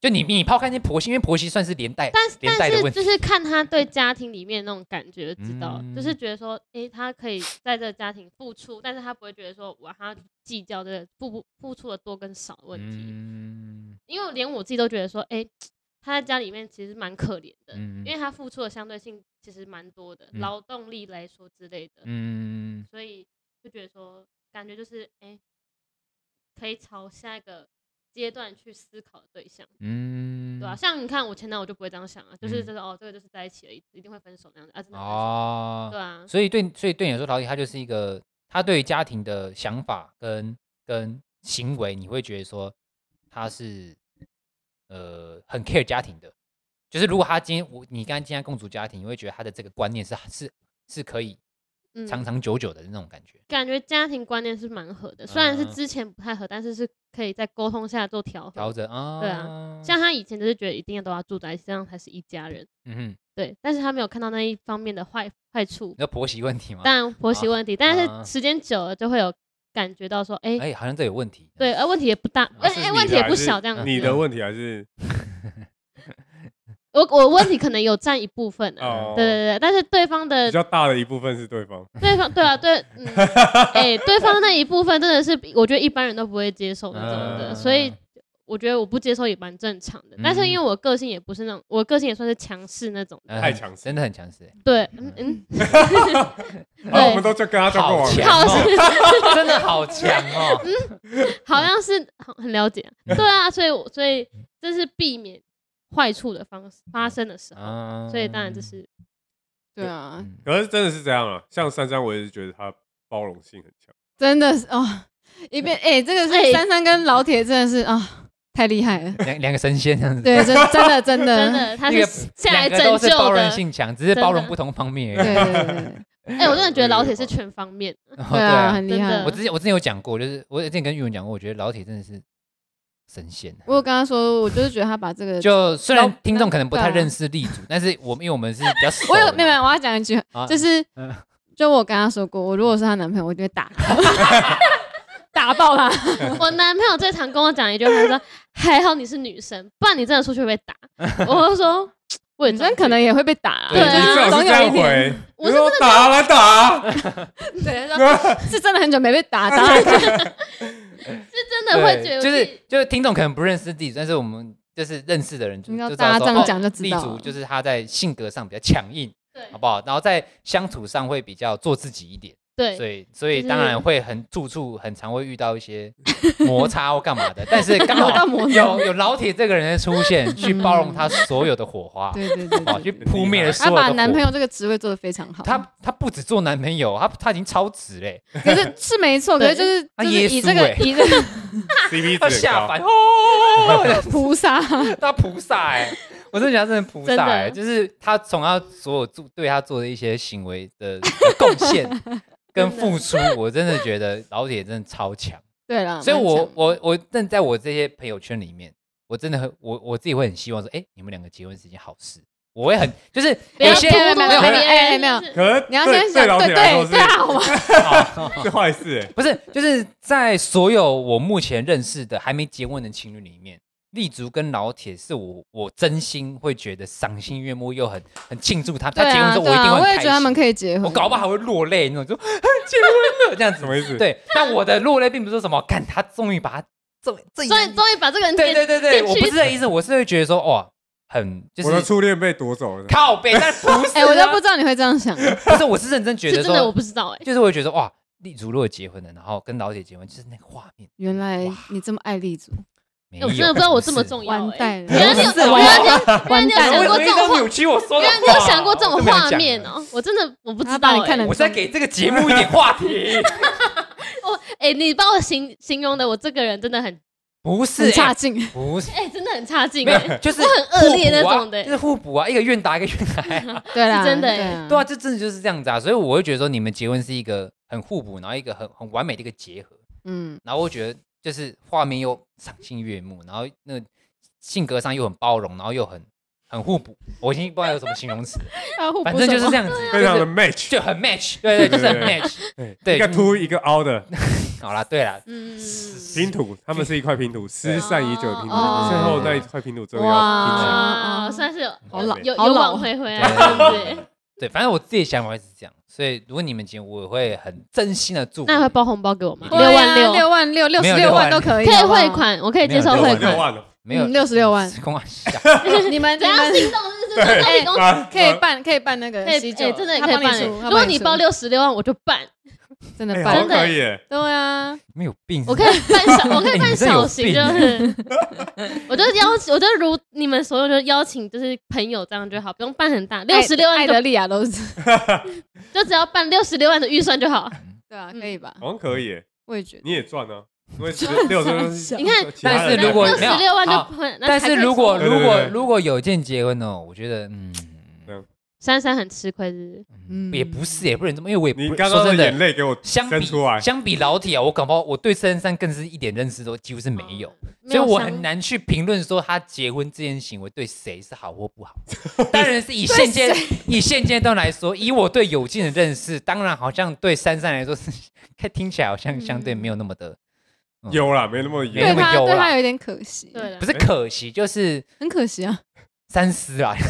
就你你抛开那婆媳，因为婆媳算是连带，嗯但是连带但的是问题就是看他对家庭里面那种感觉就知道了，嗯就是觉得说，诶，他可以在这个家庭付出，但是他不会觉得说我还要计较这个付不付出的多跟少的问题，嗯因为连我自己都觉得说，诶，他在家里面其实蛮可怜的，嗯因为他付出的相对性其实蛮多的，嗯劳动力来说之类的，嗯，所以就觉得说，感觉就是诶，可以朝下一个阶段去思考的对象。嗯对啊，像你看我前男友就不会这样想啊，就是嗯就是哦，这个就是在一起了，一定会分手那样子啊，真的分手。哦对，啊，所以对，所以对你来说，老铁他就是一个，他对于家庭的想法跟跟行为，你会觉得说他是呃很 care 家庭的，就是如果他今天我你刚刚今天共组家庭，你会觉得他的这个观念是是是可以嗯，长长久久的那种感觉。感觉家庭观念是蛮合的，虽然是嗯之前不太合，但是是可以在沟通下做调调和。整啊，对啊像他以前就是觉得一定要都要住在一起，这样才是一家人。嗯哼，对，但是他没有看到那一方面的坏坏处你，说婆媳问题吗？当然婆媳啊问题，但啊是时间久了就会有感觉到说，哎、哎，好像这有问题。对，而问题也不大，啊嗯哎、是哎你问题的也还不是小，这样子。你的问题还是我我问题可能有占一部分啊，哦，对对对，但是对方的比较大的一部分是对 <laughs> 方。对方对啊，对， <laughs> 嗯，哎、对方那一部分真的是，我觉得一般人都不会接受那种的，嗯所以我觉得我不接受也蛮正常的。但是因为我个性也不是那种，我个性也算是强势那种的，嗯太强势真的很强势，欸对，嗯嗯，啊然后我对们，都就跟他交过好往了，强哦， <laughs> 真的好强哦。 <laughs> 好像是好很了解，对啊，所以我所以这是避免坏处的方式发生的时候，嗯 <laughs> 所以当然就是对啊，嗯可是真的是这样啊。像珊珊，我也是觉得她包容性很强。真的是哦，一边哎，这个哎是珊珊跟老铁真的是啊，太厉害了。两两个神仙这样子。对， <laughs> 真真的真的真的，他那个是下来两个拯都救是包容的。性强，只是真包的容不同方面而对已。 <laughs> 对 <laughs> 对对哎，我真的觉得老铁是全方面，然后哦对对啊，啊，很厉害真我的。之前我之前有讲过，就是我之前跟玉文讲过，我觉得老铁真的是神仙啊。我有跟他说，我就是觉得他把这个，就虽老然听众可能不对啊太认识立主，但是我们因为我们是比较熟的，我有没有没有，我要讲一句，啊就是嗯就我跟他说过，我如果是她男朋友，我就会打 <laughs> 他，打爆他。 <laughs> 我男朋友最常跟我讲一句话，他 <laughs> 说：“还好你是女生，不然你真的出去会被打。”我就说：“我也女这样生可能也会被打啦，啊对就是你最总好有一天， <laughs> 我是我打啊来打 <laughs> 啊，对，他说是真的很久没被 <laughs> 打，打了是真的会对觉得就自是己就是听众可能不认识地主，但是我们就是认识的人就你知道就知大道说家这样哦讲就知立道主了就是他在性格上比较强硬，对好不好？然后在相处上会比较做自己一点，所对以所以就是当然会很处处很常会遇到一些摩擦或干嘛的，但是刚有到好 <laughs> 摩擦。嗯有有老铁这个人的出 <laughs> 现，去包容他所有的火花，对对对好对去对，扑灭了所他有的火把男朋友这个职位做得非常好。他他不止做男朋友，他他已经超值嘞，可是是 <laughs> 没错，可是就是他就是耶以稣这个欸以这个 CP 他值很下高。凡哦，菩萨，他菩萨哎、我真的觉得他真的菩萨哎、真的就是他从他所有做对他做的一些行为的的贡 <laughs> 献跟付出，我真的觉得老铁真的超强。对啦，所以啊蛮我强我我正在我这些朋友圈里面，我真的很我我自己会很希望说，哎、你们两个结婚是一件好事。我会很就是不要有先些没 <laughs> 有荼毒没有别没有人哎没有就是可是你要对先对想老对铁来说对是对啊，好吗？是坏事欸，不是，就是在所有我目前认识的还没结婚的情侣里面，立足跟老铁是我我真心会觉得赏心悦目，又很很庆祝他对们他结婚啊之后，对我一定啊，会我很开也觉心。得他们可以结婚，我搞不好还会落泪那种，就 <laughs> 啊结婚了这样什子。么意思？对，但我的落泪并不是说什么，看他终于把他这这一终于终于把这个 <laughs> 人对给对对对，点我去不是这个意思，我是会觉得说哇，很就我的是初恋被夺走了，靠北，但不是、<laughs> 啊，哎，我都不知道你会这样想， <laughs> 不是，我是认真觉是得真的，我说，不知道哎。就是我会觉得哇，立足如果结婚了，然后跟老铁结婚，就是那个画面。原来哇你这么爱立足，没哎有我真的不知道我这么不是重要完哎。蛋了，原来你有不是我原来你有原来你有完蛋想了过我这一种直话扭曲我说的原话来你有想过这种画面？我哦？我真的我不知他道把哎。你看得这么想我在很重，给这个节目一点话 <laughs> 题，哎，你把我形形容的我这个人真的很不 <laughs> 是很差哎劲，不是，哎，真的很差劲没 <laughs> 有，哎。就是我很恶互劣补啊那种的就是互补啊，一个愿打一个愿挨 <laughs> 啊，对啦，是真的对哎啊对啊，这真的就是这样子啊，所以我会觉得说你们结婚是一个很互补，然后一个很很完美的一个结合，嗯，然后我觉得就是画面又赏心悦目，然后那个性格上又很包容，然后又很很互补，我已经不知道有什么形容词，反正就是这样子，非啊常的就是 match，就很 match，对对，就是很对对 match。一对个凸一个凹的好啦，对啦，嗯，拼图，他们是一块拼图，失散已久的拼图，哦最后那一块拼图最后要拼起来。哇哇，，啊算是有好老有好有老往回回来对了，对不对？对，反正我自己想法是这样，所以如果你们结婚，我会很真心的祝福你。那你会包红包给我吗？一六定万对啊六六万六，六没十有六六万万都可以，可以好不好汇，款，我可以接受没汇有六款。万了，没有嗯66万公安小 <laughs> <laughs> 你 <laughs> 们怎你样们心动？是不是真的你公 <laughs> 司啊可以办可以办那个哎喜哎酒，真的也他可以帮办哎。出他如帮果你你出包六十六万，我就 <laughs> 办，真的哎，好办像真的可以耶，对啊，没有病，我可以办小，我可以办你真有小型，病 <laughs> 就是，我就邀，我就如你们所有就邀请，就是朋友这样就好，不用办很大，六十六艾万就德利亚都是，就只要办六十六万的预算就好。 <laughs> 对啊，嗯可以吧？好像可以耶，我也觉得，你也赚啊，因为十六都是你看，其他人但是如果六没十有六万就好很，那但还可是以啊如果送对如对果对如果有件结婚哦，我觉得嗯，珊珊很吃亏，是嗯也不是也不能这么，因为我也不你刚刚说的真眼的，泪给我相伸比出来，相比老铁啊，我搞不好我对深山更是一点认识都几乎是不是没哦有，，哦没所以有我想很难去评论说他结婚这件行为对谁是好或不 <laughs> 好。当然是以现阶以现阶段来说，以我对友静的认识，当然好像对珊珊来说是，看听起来好嗯像相对没有那么的，嗯有啦，没那么没对有那么啊他优对啦他有点可惜，对，了不，是可惜，就是很可惜啊，三思啊。 <laughs>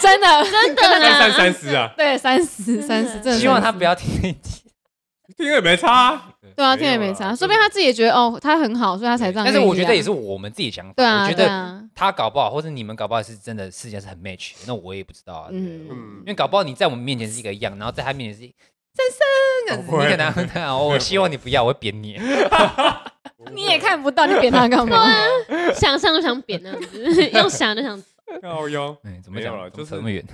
真的真的三啦三三十啊，<laughs> 对三十三十，真的希望他30不要听那一集。听了也没差 <laughs> 啊，对没啊，有听也没啦差，说不定他自己也觉得哦，他很好，所以他才这样但愿意啊。是我觉得也是我们自己的想法。对啊，我觉对得啊，他搞不好，或者你们搞不好是真的世界是很 match，的那我也不知道啊。嗯嗯，嗯因，为搞不好你在我们面前是一个样，然后在他面前是一珊珊，不会你可能对啊我希望你不要，我会扁你。你也看不到，你扁他干嘛？ <laughs> 啊想象就想扁那样子，用想就想。靠腰，嗯，怎没么有讲？啦怎就么是扯那么远？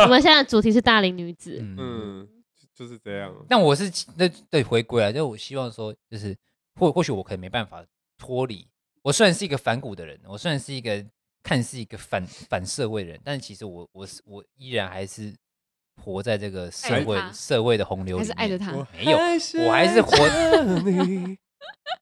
我们现在的主题是大龄女子，嗯，嗯，就就是这样，但我啊是那对回归啊，就我希望说，就是或或许我可能没办法脱离我虽然是一个反骨的人，我虽然是一个看似一个反反社会的人，但其实我我是我依然还是活在这个社爱着会他社会的洪流还里面，是爱着他。没哎有我还是活着你，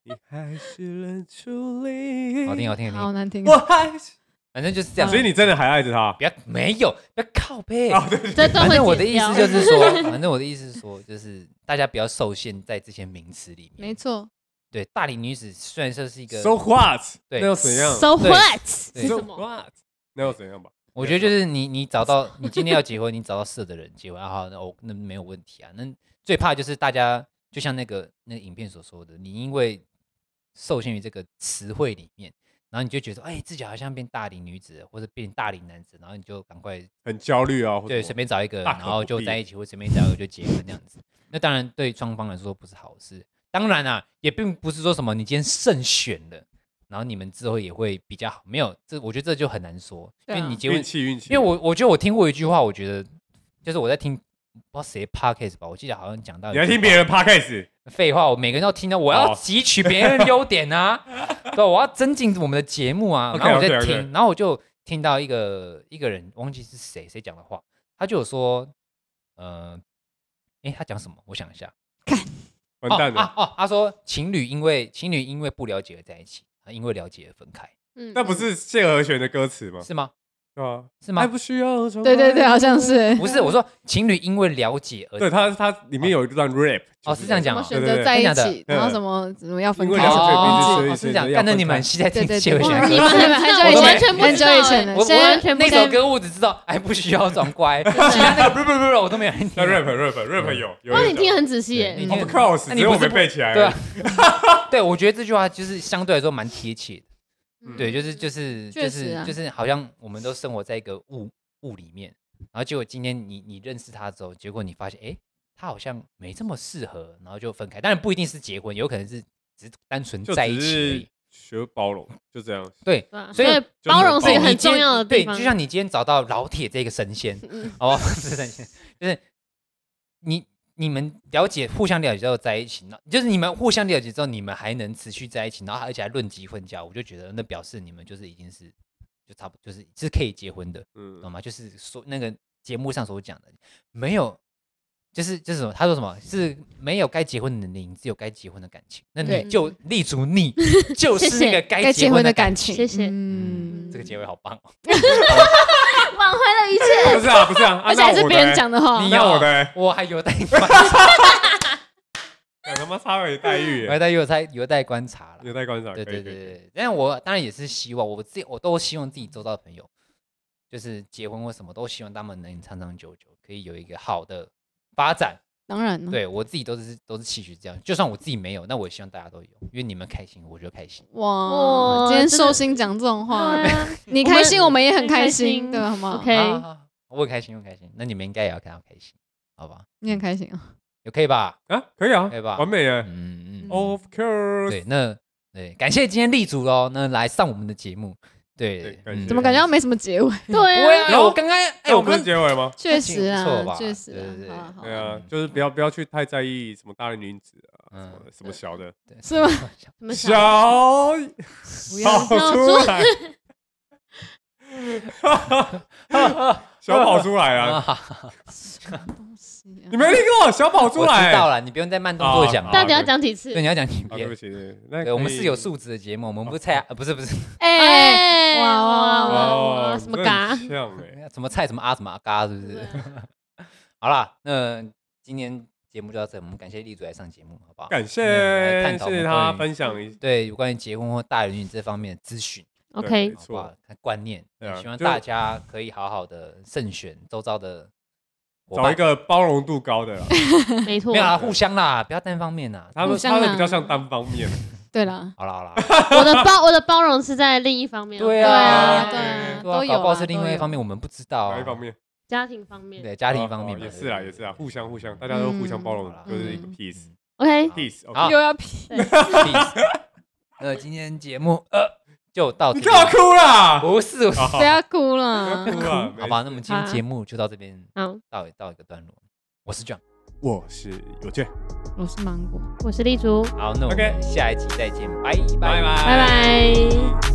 你还是认出你。好听好听好好听，嗯难听，我还是，反正就是这样。所以你真哦的还爱着他不要没有不要靠背，哦这都反会正我的剪意思就掉是 <laughs> 说，反正我的意思是说，就是大家不要受限在这些名词里面。没错，对，大龄女子虽然说是一个？So what？对那又怎样 So 对 what 对是什 So 么？ what？那又怎样吧？我觉得就是你，你找到你今天要结婚，你找到适合的人结婚啊，好，那我那没有问题啊。那最怕就是大家就像那个那个影片所说的，你因为受限于这个词汇里面，然后你就觉得哎、自己好像变大龄女子了或者变大龄男子，然后你就赶快很焦虑啊，或者对什么随便找一个，大可然后不就必在一起，或随便找一个就结婚这样子。那当然对双方来说不是好事。当然啊，也并不是说什么你今天慎选了，然后你们之后也会比较好。没有，这我觉得这就很难说，因对为啊你结婚运气运气，因为我我觉得我听过一句话，我觉得就是我在听不知道谁 podcast 吧，我记得好像讲到你要听别人哦 podcast，废话，我每个人都要听到，我要哦汲取别人的优 <laughs> 点啊，对，我要增进我们的节目啊。然后我在 OK，OK，OK 听，然后我就听到一个一个人忘记是谁谁讲的话，他就有说，呃，诶，他讲什么？我想一下，完蛋哦了，啊哦，他说情侣因为情侣因为不了解而在一起，啊因为了解而分开，嗯，那不是谢和弦的歌词吗？是吗？对啊，是吗爱不需要宠爱对对对，好像是不是，我说情侣因为了解而对他他里面有一段 rap，就哦是这样讲什么吗？选对择对在真一的起，然后什么什么要分因为开了解什么这个之类的，名字所哦，是以这样所以，要干那你分开们是在对听 <laughs> 对谢伟对，哦贤哇的你歌们词你们很久以我前，完全不很知久道以前欸了，我现我在完全不那知道个歌物只知道哎，不需要装 <laughs> 乖，其他那个不不不不，我都没有人那听。 rap rap rap 有有哇，人你听得讲很仔细耶，嗯你 Of course，只那你是不我是没不背起来对而啊已，，对，我觉得这句话就是相对来说蛮贴切的。嗯对，就是就是就确实是啊就是，好像我们都生活在一个雾雾里面，然后结果今天你你认识他之后，结果你发现哎，他好像没这么适合，然后就分开。当然不一定是结婚，有可能是只是单纯就在一只起而已是。学包容，就这样。对，对啊所以所以就包是容包是一个容哦很你今重天要的对地，方。就像你今天找到老铁这个神仙，嗯 <laughs> 哦，不是神仙，就是你你们了解，互相了解之后在一起，那就是你们互相了解之后，你们还能持续在一起，然后而且还论及婚嫁，我就觉得那表示你们就是已经是就差不多就是是可以结婚的，懂嗯，吗？就是说那个节目上所讲的，没有。就是就是什么？他说什么是没有该结婚的年龄，只有该结婚的感情。那对你就立足你就是 <laughs> 谢那个该该结结婚婚的的感感情情，。谢谢嗯，这个结尾好棒哦！挽回了 <laughs> 一切，不是啊不是啊，啊 <laughs> 而且还那是我别的人欸讲的话你，那要啊我的欸，我还有待 <laughs> 观讲哎他妈差点待遇我还欸，待有待有待观察了。有待观察。对可以对对，对，但我当然也是希望我自己，我都希望自己周遭的朋友，就是结婚或什么，都希望他们能长长久久，可以有一个好的发展。当嗯然了，对我自己都是都是期许这样，就算我自己没有，那我也希望大家都有，因为你们开心，我就开心。哇，今天真的寿星讲这 <laughs> 种话，对啊你开心，我们我们也很很开开心，心对，好吗？ OK 好好好啊我很开心，我很开心。那你们应该也要感到开心，好吧？你很开心啊，也可以吧？啊，可以啊，可以吧完美哎嗯嗯嗯。 ，Of course，对，那对，感谢今天立足喽，那来上我们的节目。对嗯对，感谢怎么感觉到好像没什么结尾？不对会啊，啊？我刚刚哎，那我我不刚是结尾吗？确实不错啊吧，确实对对对啊，好啊好对啊，啊嗯，就是不要不要去太在意什么大龄女子啊，什么什么小的对是吗？ <laughs> 怎么小想？跑出来， <laughs> 小跑出来啊！什么东 <laughs> 西啊你没听过小跑出我知道来？了，你不用再慢动作讲啊到了。底要讲几次对，？你要讲几啊，对不遍？起，那对，我们是有素质质的节目，我们不是菜， <laughs> 呃不是不是，哎，哎哇哦哇哦哇什么嘎？像 <laughs> 哎，什么菜什么啊什么啊嘎，是不是？ <laughs> 好啦，那今天节目就到这，我们感谢立主来上节目，好不好？感那我们来谢探讨谢我谢们他关于分享一对有关于结婚或大人运这方面的资讯，对 OK，没好错不好？观念对啊，希望就大家可以好好的慎选周遭的伙找伴一，个包容度高 <laughs> 的啦，没错没，有啦，啊互相啦，不要单方面啦。他互们相啊他的比较像单方面， <laughs> 对啦，好啦好啦，我的包我的包容是在另一方面，对对啊啊，对啊，对啊都有搞不好啊，是另外一都方面，有，我们不知道啊。哪一方面？家庭方面。对家庭方面哦嘛也对是啦，对也对是啦，对互相互相，嗯大家都互相包容好啦，就是一个 <laughs> 嗯 peace OK，好 peace。好又要 <laughs> P， <laughs> 那今天节目呃就到这你边，干嘛哭啊啦？不是， <laughs> 好好不要哭不了要。哭啊，好吧？那么今天节目就到这边好，到到一个段落，我是 John，我是有券。我是芒果。我是立竹，好，那我 OK 们下一集再见，拜拜拜拜拜拜。